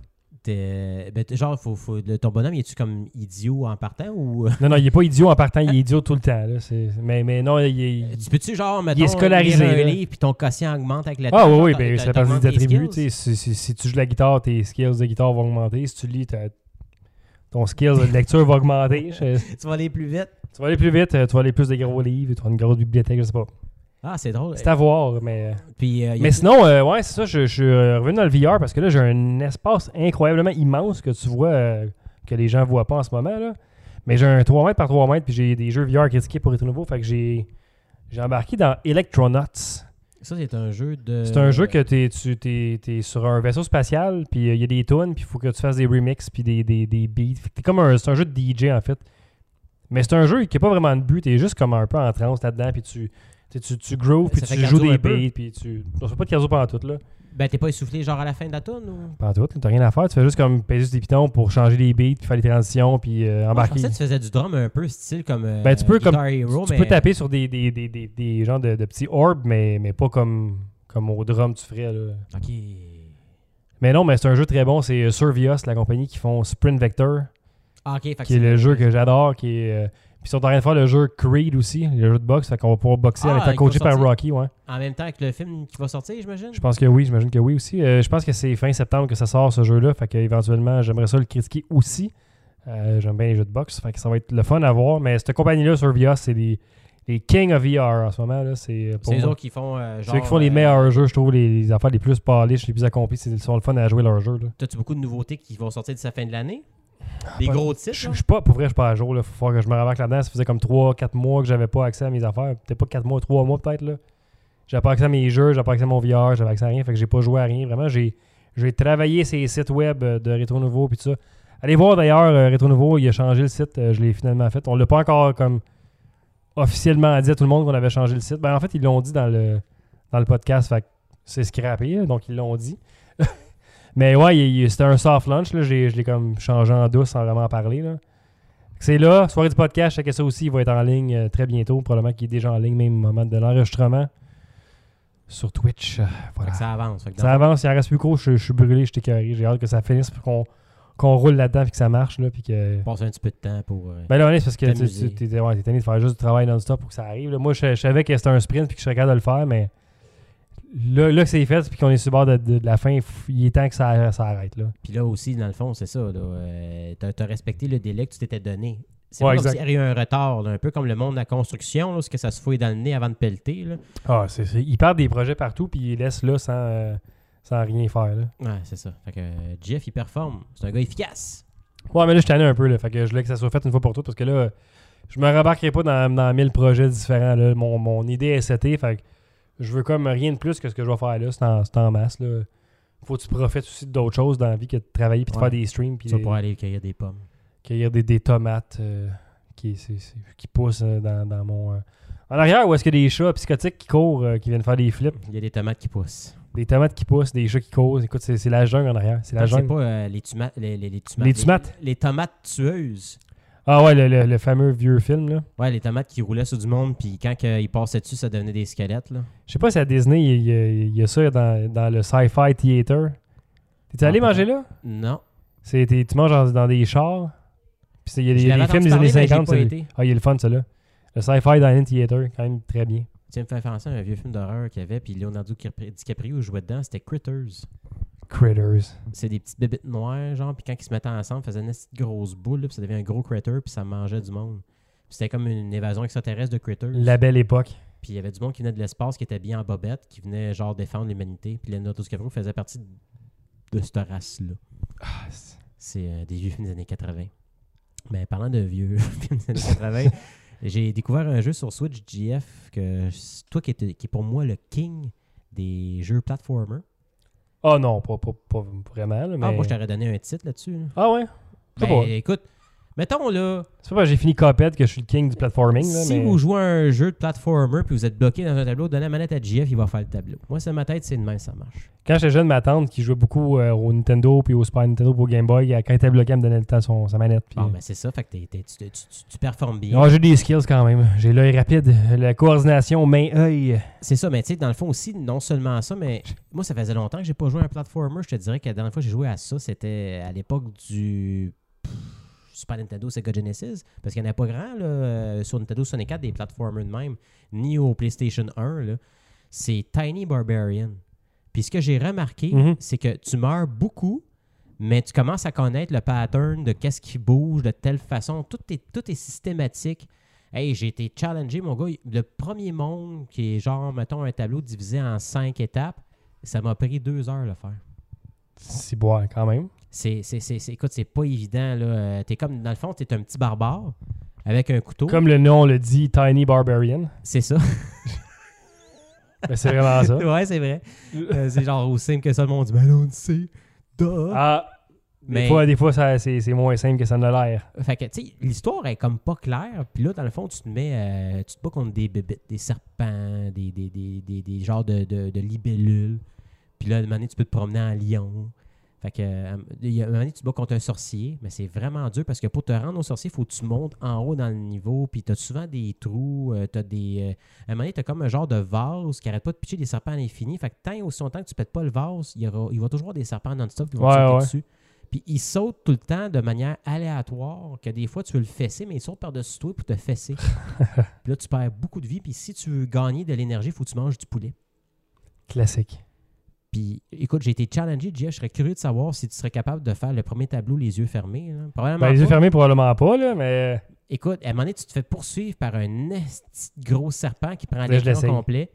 S2: T'es- ben, t'es- genre, faut, faut, le- ton bonhomme, est tu comme idiot en partant ou. euh,
S1: Non, non, il est pas idiot en partant, il est idiot tout le temps. Là, c'est- mais, mais non, il est.
S2: Tu peux-tu, genre, mettons,
S1: scolarisé,
S2: lire un
S1: là.
S2: livre, puis ton quotient augmente avec le
S1: Ah
S2: temps,
S1: oui, oui,
S2: genre,
S1: ben,
S2: t'a-
S1: ça passe des
S2: t'augmentes tes
S1: attributs. tu sais.
S2: skills?
S1: Si, si- si tu joues de la guitare, tes skills de guitare vont augmenter. Si tu lis, ta- ton skill de lecture va augmenter. Je-
S2: Tu vas aller plus vite.
S1: tu vas aller plus vite, euh, tu vas aller plus de gros livres, tu vas avoir une grosse bibliothèque, je sais pas.
S2: Ah, c'est drôle.
S1: C'est à voir, mais.
S2: Puis, euh, y a-
S1: Mais sinon, euh, ouais, c'est ça, je, je suis euh, revenu dans le VR parce que là, j'ai un espace incroyablement immense que tu vois, euh, que les gens voient pas en ce moment. Là. Mais j'ai un 3 mètres par 3 mètres, puis j'ai des jeux VR critiqués pour être nouveau. Fait que j'ai j'ai embarqué dans Electronauts.
S2: ça, c'est un jeu de.
S1: C'est un jeu que t'es, tu es, sur un vaisseau spatial, puis euh, il y a des tunes, puis il faut que tu fasses des remixes, puis des, des, des beats. Fait que t'es comme un, c'est un jeu de DJ, en fait. Mais c'est un jeu qui n'a pas vraiment de but. T'es juste comme un peu en transe là-dedans, puis tu, tu, tu, tu grooves, puis
S2: Ça
S1: tu
S2: fait
S1: joues
S2: cardio
S1: des
S2: un peu.
S1: beats, puis tu... On se fait pas de cardio pendant tout, là.
S2: Ben, t'es pas essoufflé, genre, à la fin de la toune ou.
S1: Pas en tout, là, t'as rien à faire. Tu fais juste comme peser sur des pitons pour changer les beats, puis faire les transitions, puis euh,
S2: Moi, je
S1: embarquer.
S2: pensais que tu faisais du drum un peu style comme. euh,
S1: Ben, tu peux
S2: Guitar
S1: comme-
S2: Hero,
S1: tu
S2: mais-
S1: peux taper sur des, des, des, des, des genres de, de petits orbes, mais, mais pas comme, comme au drum tu ferais. Là.
S2: Ok.
S1: Mais non, mais c'est un jeu très bon. C'est euh, Survios, la compagnie qui font Sprint Vector,
S2: Ah, ok, fait que
S1: qui est le jeu que j'adore. qui est, euh, Puis ils sont en train de faire le jeu Creed aussi, le jeu de boxe. Fait qu'on va pouvoir boxer
S2: Ah,
S1: avec un
S2: ils
S1: coaché
S2: vont
S1: par
S2: sortir.
S1: Rocky. Ouais.
S2: En même temps que le film qui va sortir, j'imagine.
S1: Je pense que oui, j'imagine que oui aussi. Euh, je pense que c'est fin septembre que ça sort ce jeu-là. Fait qu'éventuellement, j'aimerais ça le critiquer aussi. Euh, J'aime bien les jeux de boxe. Fait que ça va être le fun à voir. Mais cette compagnie-là, Survios, c'est les, les kings of VR en ce moment. là. C'est euh, pour
S2: C'est eux
S1: moi,
S2: autres qui font. euh,
S1: ceux
S2: genre,
S1: qui font les
S2: euh,
S1: meilleurs jeux, je trouve, les, les affaires les plus polish, les plus accomplies. C'est- Ils sont le fun à jouer leur jeu. là.
S2: T'as-tu beaucoup de nouveautés qui vont sortir de sa fin de l'année? Des
S1: Ah, pas-
S2: gros titres?
S1: Je
S2: là?
S1: je suis pas, pour vrai, je suis pas à jour. Là. Faut falloir que je me rembarque là-dedans. Ça faisait comme 3-4 mois que j'avais pas accès à mes affaires. Peut-être pas 4 mois, 3 mois peut-être. là. J'avais pas accès à mes jeux, j'avais pas accès à mon VR, j'avais accès à rien. Fait que j'ai pas joué à rien. Vraiment, j'ai, j'ai travaillé ces sites web euh, de Rétro Nouveau puis tout ça. Allez voir d'ailleurs, euh, Rétro Nouveau, il a changé le site. euh, je l'ai finalement fait. On l'a pas encore comme officiellement dit à tout le monde qu'on avait changé le site. Ben, en fait, ils l'ont dit dans le, dans le podcast. Fait que c'est scrappé, là, donc ils l'ont dit. Mais ouais, il- il- c'était un soft launch. Là. Je l'ai je l'ai comme changé en douce sans vraiment parler. Là. C'est là, soirée du podcast, checkez ça aussi, il va être en ligne euh, très bientôt, probablement qu'il est déjà en ligne même au moment de l'enregistrement sur Twitch. Euh,
S2: Fait
S1: Voilà.
S2: que
S1: Ça,
S2: ça avance. Fait que dans-
S1: avance, il en reste plus gros, je, je suis brûlé, je suis écœuré, j'ai hâte que ça finisse, puis qu'on qu'on roule là-dedans, puis que ça marche, là, puis que...
S2: passe un petit peu de temps pour. euh,
S1: Ben là, honnête, c'est parce que tu-
S2: T'amuser.
S1: tu t'es ouais, t'es tanné de faire juste du travail non-stop pour que ça arrive. là. Moi, je, je savais que c'était un sprint puis que je serais capable de le faire, mais là, là que c'est fait puis qu'on est sur le bord de, de- de la fin, f- il est temps que ça, ça arrête. Là.
S2: Puis là aussi, dans le fond, c'est ça. là, euh, t'as t'as respecté le délai que tu t'étais donné. C'est
S1: Ouais,
S2: pas comme
S1: exact.
S2: s'il y avait eu un retard, là, un peu comme le monde de la construction, là, parce que ça se fouille dans le nez avant de pelleter. Là.
S1: Ah, c'est, c'est- ils partent des projets partout puis ils laissent là sans, euh, sans rien faire. Là.
S2: Ouais, c'est ça. Fait que euh, Jeff, il performe. C'est un gars efficace.
S1: Ouais, mais là, je suis tanné un peu. Là, fait que je voulais que ça soit fait une fois pour toutes parce que là, je me rembarquerai pas dans, dans 1000 projets différents. Là. Mon, mon idée est setée. Fait que je veux comme rien de plus que ce que je vais faire là. C'est en, c'est en masse. Là. Faut que tu profites aussi d'autres choses dans la vie que de travailler puis de
S2: Ouais.
S1: faire des streams. Puis
S2: Tu vas
S1: des-
S2: pouvoir aller cueillir des pommes.
S1: cueillir des, des tomates euh, qui, c'est- c'est- qui poussent euh, dans, dans mon. euh, En arrière, où est-ce qu'il y a des chats psychotiques qui courent, euh, qui viennent faire des flips,
S2: Il y a des tomates qui poussent.
S1: des tomates qui poussent, des chats qui courent. Écoute, c'est c'est la jungle en arrière. C'est la
S2: Attends, C'est
S1: jungle.
S2: pas euh, les, tuma- les, les, les tomates.
S1: Les tomates.
S2: Les, tomates tueuses.
S1: Ah ouais, le, le- le fameux vieux film, là.
S2: Ouais, les tomates qui roulaient sur du monde, puis quand que ils passaient dessus, ça devenait des squelettes. Là.
S1: Je sais pas si à Disney, il y a, il y a ça dans, dans le Sci-Fi Theater. T'es
S2: Ah,
S1: allé
S2: peut-être.
S1: manger là?
S2: Non.
S1: C'est- t'es- tu manges dans, dans des chars. Puis c'est- il y a
S2: Je
S1: des,
S2: l'avais
S1: des films des
S2: entendu
S1: années
S2: parler, mais j'ai
S1: 50.
S2: pas
S1: c'est-
S2: été.
S1: Ah, il est le fun, celui-là. Le Sci-Fi Dining Theater, quand même très bien.
S2: Tu me fais penser à un vieux film d'horreur qu'il y avait, puis Leonardo Capri- DiCaprio jouait dedans, c'était Critters.
S1: Critters.
S2: C'est des petites bébites noires, genre, puis quand ils se mettaient ensemble, ils faisaient une petite grosse boule, là, puis ça devient un gros critter, puis ça mangeait du monde. Puis C'était comme une évasion extraterrestre de critters.
S1: La belle époque.
S2: Puis il y avait du monde qui venait de l'espace, qui était bien en bobette, qui venait genre défendre l'humanité. Puis Leonardo DiCaprio faisait partie de cette race-là.
S1: Ah, c'est-
S2: C'est euh, des vieux films des années 80. Ben, parlant de vieux films des années 80, j'ai découvert un jeu sur Switch GF que c'est toi qui, étais- qui est pour moi le king des jeux platformer.
S1: Ah non, pas, pas- pas vraiment. là, mais...
S2: Ah, moi, je t'aurais donné un titre là-dessus. là.
S1: Ah ouais? Je sais
S2: Ben,
S1: pas.
S2: écoute, mettons là,
S1: C'est pas parce que j'ai fini Copette que je suis le king du platforming. Là,
S2: si
S1: mais...
S2: vous jouez à un jeu de platformer puis vous êtes bloqué dans un tableau, donnez la manette à GF, il va faire le tableau. Moi, c'est ma tête, c'est de même, ça marche.
S1: Quand j'étais jeune, ma tante qui jouait beaucoup euh, au Nintendo puis au Super Nintendo pour Game Boy, elle- quand elle était bloquée, elle me donnait le temps à son, sa manette. puis-
S2: Bon, ben c'est ça, fait que t'es- t'es- tu, tu- tu- tu performes bien.
S1: Ah, j'ai des skills quand même. J'ai l'œil rapide, la coordination main-œil.
S2: C'est ça, mais tu sais, dans le fond aussi, non seulement ça, mais moi, ça faisait longtemps que j'ai pas joué à un platformer. Je te dirais que la dernière fois que j'ai joué à ça, c'était à l'époque du pff, Super Nintendo Sega Genesis, parce qu'il n'y en a pas grand là, euh, sur Nintendo 64 des platformers de même, ni au PlayStation 1. là. C'est Tiny Barbarian. Puis ce que j'ai remarqué,
S1: Mhm.
S2: c'est que tu meurs beaucoup, mais tu commences à connaître le pattern de qu'est-ce qui bouge de telle façon. Tout est, tout est systématique. Hey, j'ai été challengé, mon gars. Le premier monde qui est genre, mettons, un tableau divisé en cinq étapes, ça m'a pris deux heures le faire.
S1: C'est boire quand même.
S2: C'est, c'est, c'est, c'est- écoute, c'est pas évident. Là. Euh, T'es comme, dans le fond, t'es un petit barbare avec un couteau.
S1: Comme le nom le dit, Tiny Barbarian.
S2: C'est ça.
S1: Mais c'est vraiment ça.
S2: ouais, c'est vrai. Euh, c'est genre aussi simple que ça. Le monde dit, mais non, tu sais. Duh.
S1: Ah,
S2: Mais-
S1: des fois, des fois ça- c'est c'est moins simple que ça ne l'a l'air.
S2: Fait que, tu sais, l'histoire est comme pas claire. Puis là, dans le fond, tu te mets, euh, tu te bats contre des bébites, des serpents, des, des, des, des, des genres de, de, de libellules. Puis là, à un moment donné, tu peux te promener en lion. Fait que, euh, il y a- à un moment donné, tu te bats contre un sorcier, mais c'est vraiment dur parce que pour te rendre au sorcier, il faut que tu montes en haut dans le niveau. Puis t'as souvent des trous, euh, t'as des. euh, à un moment donné, t'as comme un genre de vase qui arrête pas de pitcher des serpents à l'infini. Fait que tant et aussi longtemps que tu pètes pas le vase, il, y aura- il va toujours avoir des serpents non-stop qui vont te
S1: Ouais,
S2: sauter
S1: ouais.
S2: dessus. Puis ils sautent tout le temps de manière aléatoire, que des fois tu veux le fesser, mais ils sautent par-dessus toi pour te fesser. puis là, tu perds beaucoup de vie. Puis si tu veux gagner de l'énergie, il faut que tu manges du poulet.
S1: Classique.
S2: Puis écoute, j'ai été challengé, Jeff. Je serais curieux de savoir si tu serais capable de faire le premier tableau les yeux fermés. là. Probablement
S1: Ben, les yeux
S2: pas.
S1: fermés, probablement pas, là, mais
S2: Écoute, à un moment donné, tu te fais poursuivre par un esti de gros serpent qui prend
S1: Là, je
S2: l'écran
S1: l'essaye.
S2: complet.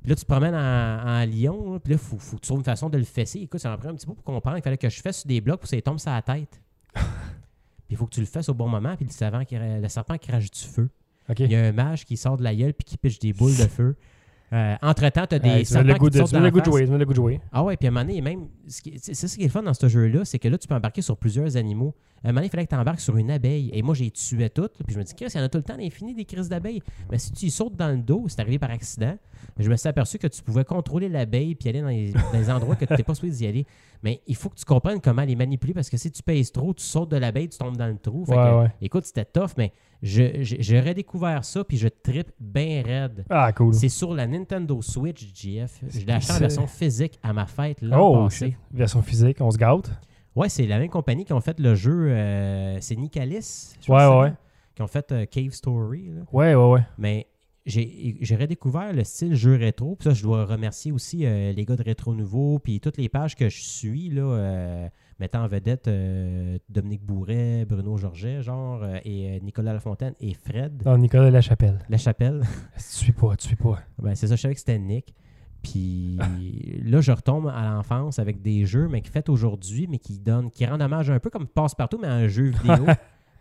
S2: Puis là, tu te promènes en, en lion. là. Puis là, il faut, faut que tu trouves une façon de le fesser. Écoute, ça m'a pris un petit peu pour comprendre. Il fallait que je fasse sur des blocs pour que ça lui tombe sur la tête. puis il faut que tu le fasses au bon moment. Puis le, savant qui ra- le serpent qui rajoute du feu.
S1: OK.
S2: Il y a un mage qui sort de la gueule puis qui piche des boules de feu. Euh, Entre-temps, tu as des
S1: Hey, tu me
S2: serpents
S1: le
S2: qui
S1: goût
S2: te
S1: de,
S2: sautent
S1: tu me
S2: dans
S1: le
S2: la
S1: goût de
S2: face.
S1: jouer. tu me le goût de jouer.
S2: Ah ouais, puis à un moment donné, même, ce qui- c'est c'est ça qui est le fun dans ce jeu-là, c'est que là, tu peux embarquer sur plusieurs animaux. À un moment donné, il fallait que tu embarques sur une abeille. Et moi, j'ai tué toutes. Puis je me dis, Chris, il y en a tout le temps l'infini des crises d'abeilles. Mais si tu y sautes dans le dos, c'est arrivé par accident, je me suis aperçu que tu pouvais contrôler l'abeille puis aller dans les, dans les endroits que tu n'étais pas souhaité d'y aller. Mais il faut que tu comprennes comment les manipuler parce que si tu pèses trop, tu sautes de l'abeille, tu tombes dans le trou. Fait
S1: Ouais,
S2: que,
S1: ouais.
S2: Écoute, c'était tough, mais je- je- j'ai redécouvert ça puis je trippe bien raide.
S1: Ah, cool.
S2: C'est sur la Nintendo Switch, GF. Je l'ai acheté en
S1: C'est-
S2: version physique à ma fête l'an
S1: Oh,
S2: passé.
S1: shit. Version physique, on se gâte.
S2: Ouais, c'est la même compagnie qui ont fait le jeu. euh, c'est Nicalis. je
S1: Ouais,
S2: pense que
S1: ouais.
S2: c'est ça, Qui ont fait euh, Cave Story. là.
S1: Ouais, ouais, ouais.
S2: Mais j'ai j'ai redécouvert le style jeu rétro. Puis ça, je dois remercier aussi euh, les gars de Rétro Nouveau. Puis toutes les pages que je suis, là, euh, mettant en vedette euh, Dominique Bourret, Bruno Georget, genre, euh, et euh, Nicolas Lafontaine et Fred
S1: Non, Nicolas Lachapelle.
S2: La Chapelle.
S1: Tu suis pas, tu suis pas.
S2: Ben, c'est ça, je savais que c'était Nick. Puis là, je retombe à l'enfance avec des jeux, mais qui fait aujourd'hui, mais qui donnent, qui rendent hommage un peu comme passe-partout, mais à un jeu vidéo.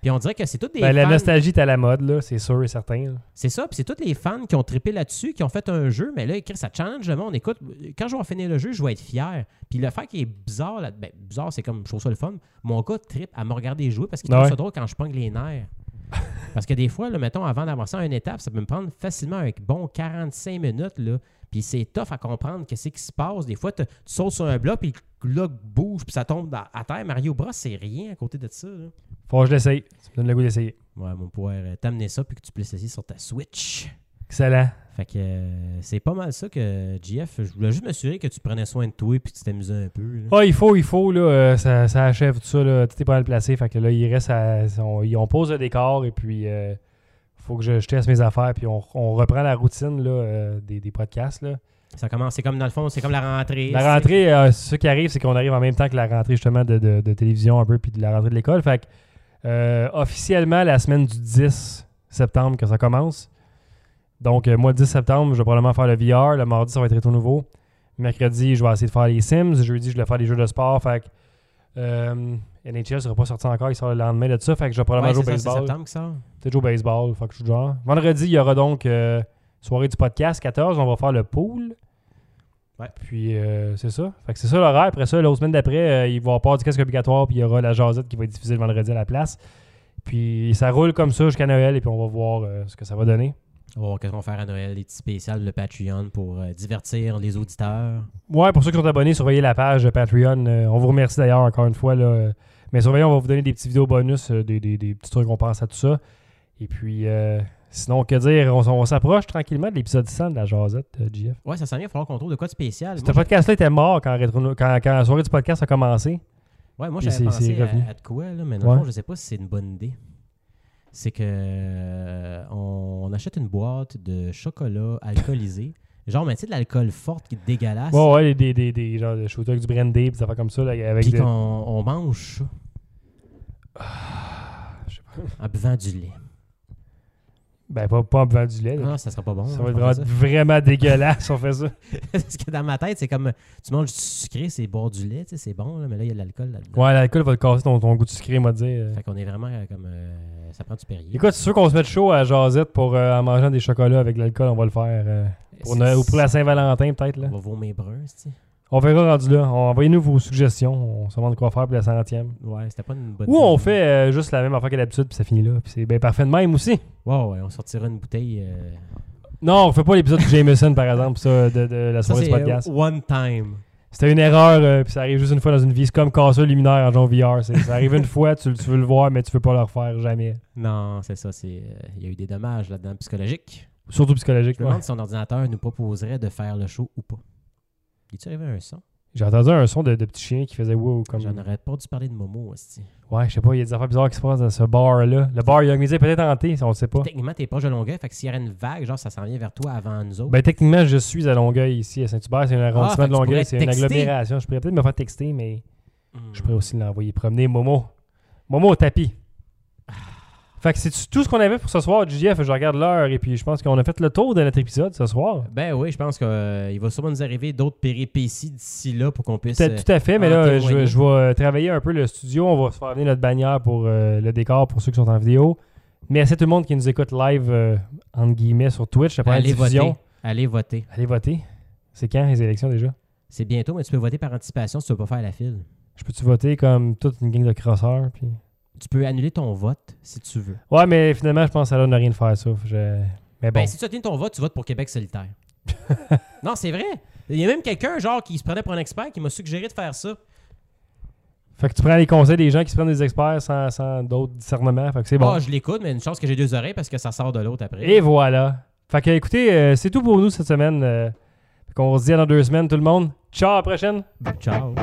S2: puis on dirait que c'est tous des
S1: Ben, la
S2: fans-
S1: nostalgie est à la mode, là, c'est sûr et certain. là.
S2: C'est ça, puis c'est tous les fans qui ont trippé là-dessus, qui ont fait un jeu, mais là, écrit, ça challenge le monde. Écoute, quand je vais finir le jeu, je vais être fier. Puis le fait qui est bizarre, là, ben, bizarre, c'est comme, je trouve ça le fun. Mon gars trippe à me regarder jouer parce qu'il
S1: Ouais.
S2: trouve ça drôle quand je pogne les nerfs. Parce que des fois, là, mettons, avant d'avancer à une étape, ça peut me prendre facilement un bon 45 minutes. Là, puis c'est tough à comprendre qu'est-ce qui se passe. Des fois, te- tu sautes sur un bloc, puis le bloc bouge, puis ça tombe dans- à terre. Mario Bros, c'est rien à côté de ça. Là.
S1: Faut que je l'essaye. Ça me donne le goût d'essayer.
S2: Ouais, on va pouvoir euh, t'amener ça, puis que tu puisses essayer sur ta Switch.
S1: Excellent.
S2: Fait que euh, c'est pas mal ça que JF, je voulais juste m'assurer que tu prenais soin de toi et que tu t'amusais un peu. là.
S1: Ah, il faut, il faut, là, euh, ça, ça achève tout ça, là. Tout est pas mal placé. Fait que là, il reste à. On, on pose le décor et puis euh, faut que je, je teste mes affaires. Puis on, on reprend la routine là, euh, des, des podcasts. Là.
S2: Ça commence, c'est comme dans le fond, c'est comme la rentrée.
S1: La rentrée, euh, ce qui arrive, c'est qu'on arrive en même temps que la rentrée justement de, de- de télévision un peu, puis de la rentrée de l'école. Fait que, euh, officiellement, la semaine du 10 septembre que ça commence. Donc, euh, moi, le 10 septembre, je vais probablement faire le VR. Le mardi, ça va être tout nouveau. Mercredi, je vais essayer de faire les Sims. Jeudi, je vais faire les jeux de sport. Fait que, euh, NHL sera pas sorti encore, il sort le lendemain de ça. Fait que je vais probablement jouer au
S2: c'est ça, c'est
S1: baseball.
S2: septembre que ça.
S1: Peut-être jouer au baseball. Fait que je joue genre. Vendredi, il y aura donc euh, soirée du podcast, 14. On va faire le pool.
S2: Ouais.
S1: Puis euh, c'est ça. Fait que c'est ça l'horaire. Après ça, la semaine d'après, euh, il va y avoir du casque obligatoire. Puis il y aura la jasette qui va être diffusée le vendredi à la place. Puis ça roule comme ça jusqu'à Noël. Et puis on va voir euh, ce que ça va donner.
S2: Oh, qu'est-ce qu'on va faire à Noël? Des petits spéciales de Patreon pour euh, divertir les auditeurs.
S1: Ouais, pour ceux qui sont abonnés, surveillez la page Patreon. Euh, on vous remercie d'ailleurs encore une fois. Là. Euh, Mais surveillez, on va vous donner des petites vidéos bonus, euh, des, des- des petits trucs, on pense à tout ça. Et puis, euh, sinon, que dire, on, s- on s'approche tranquillement de l'épisode 100 de la Jazette, euh, GF.
S2: Ouais, ça s'en vient, il va falloir qu'on trouve de quoi de spécial.
S1: Ce
S2: Moi,
S1: podcast-là était mort quand, Rétro- quand, quand la soirée du podcast a commencé.
S2: je- ouais, moi,
S1: Puis
S2: j'avais
S1: c'est- c'est
S2: pensé
S1: revenu.
S2: à, à de quoi, là, mais dans
S1: Ouais.
S2: le fond, je sais pas si c'est une bonne idée. C'est que euh, on, on achète une boîte de chocolat alcoolisé. genre, mais tu sais, de l'alcool forte qui est dégueulasse.
S1: Ouais, ouais, des, des, des, des genres de shooters avec du brandy, des affaires comme ça. là, avec
S2: Puis
S1: des-
S2: qu'on on mange ça.
S1: Ah, je sais
S2: En buvant du lait.
S1: Ben, pas, pas en buvant du lait. là.
S2: Non, non, ça sera pas bon.
S1: ça
S2: hein,
S1: va
S2: je
S1: être
S2: pense
S1: vraiment, vraiment dégueulasse, on fait ça.
S2: à ça. Parce que dans ma tête, c'est comme tu manges du sucré, c'est boire du lait, tu sais, c'est bon, là, mais là, il y a de l'alcool là-dedans.
S1: Ouais, l'alcool va te casser ton, ton goût de sucré, m'a dit. euh.
S2: Fait qu'on est vraiment euh, comme. euh, ça prend du Perrier.
S1: Écoute, c'est sûr qu'on se met chaud à Jazette pour euh, en mangeant des chocolats avec de l'alcool, on va le faire. euh, pour
S2: C'est-
S1: Noël- ou pour la Saint-Valentin, peut-être. là.
S2: On va vomir brun, c'est
S1: On verra rendu là. On- Envoyez-nous vos suggestions. On se demande quoi faire pour la centième.
S2: Ouais, c'était pas une bonne
S1: Ou on fait euh, juste la même affaire que d'habitude, puis ça finit là. Puis c'est bien parfait de même aussi.
S2: Ouais, ouais, on sortira une bouteille. euh,
S1: Non, on fait pas l'épisode de Jameson, par exemple, ça, de, de la
S2: Ça,
S1: soirée
S2: c'est
S1: du podcast.
S2: euh, one time.
S1: C'était une erreur, euh, puis ça arrive juste une fois dans une vie. C'est comme casseur luminaire en Jean VR. c'est- Ça arrive une fois, tu, tu veux le voir, mais tu veux pas le refaire jamais.
S2: Non, c'est ça. c'est, euh, Il y a eu des dommages là-dedans psychologiques.
S1: Surtout psychologique.
S2: Je me
S1: ouais.
S2: demande si son ordinateur nous proposerait de faire le show ou pas. Il tu arrivé un son
S1: J'ai entendu un son de, de petit chien qui faisait wow comme.
S2: J'en aurais pas dû parler de Momo aussi.
S1: Ouais, je sais pas, il y a des affaires bizarres qui se passent dans ce bar-là. Le bar Young Music est peut-être hanté, on sait pas.
S2: Techniquement, t'es proche de Longueuil, fait que s'il y aurait une vague, genre ça s'en vient vers toi avant nous autres.
S1: Ben, techniquement, je suis à Longueuil ici, à Saint-Hubert. C'est un arrondissement
S2: Ah,
S1: de
S2: fait que tu pourrais
S1: Longueuil,
S2: te
S1: c'est une
S2: texter.
S1: agglomération. Je pourrais peut-être me faire texter, mais
S2: Hmm.
S1: je pourrais aussi l'envoyer promener. Momo. Momo au tapis. Fait que c'est tout ce qu'on avait pour ce soir, JF. Je regarde l'heure et puis je pense qu'on a fait le tour de notre épisode ce soir.
S2: Ben oui, je pense qu'il va sûrement nous arriver d'autres péripéties d'ici là pour qu'on puisse.
S1: Tout à,
S2: euh,
S1: tout à fait, mais
S2: en
S1: là, je,
S2: témoigner.
S1: je vais euh, travailler un peu le studio. On va se faire venir notre bannière pour euh, le décor pour ceux qui sont en vidéo. Merci à tout le monde qui nous écoute live, euh, entre guillemets, sur Twitch, après la
S2: aller
S1: diffusion.
S2: voter. Allez voter.
S1: Allez voter. C'est quand les élections déjà?
S2: C'est bientôt, mais tu peux voter par anticipation si tu veux pas faire la file.
S1: Je peux-tu voter comme toute une gang de crosseurs? Puis...
S2: Tu peux annuler ton vote si tu veux.
S1: Ouais, mais finalement, je pense que ça n'a rien de faire, ça. Je- Mais bon.
S2: Ben, si tu obtiens ton vote, tu votes pour Québec solitaire. non, c'est vrai. Il y a même quelqu'un, genre, qui se prenait pour un expert qui m'a suggéré de faire ça.
S1: Fait que tu prends les conseils des gens qui se prennent des experts sans, sans d'autres discernements. Fait que c'est
S2: Bon,
S1: bon.
S2: Ah, je l'écoute, mais une chance que j'ai deux oreilles parce que ça sort de l'autre après.
S1: Et voilà. Fait que écoutez, euh, c'est tout pour nous cette semaine. euh, fait qu'on se dit à dans deux semaines, tout le monde. Ciao, à la prochaine!
S2: Ciao.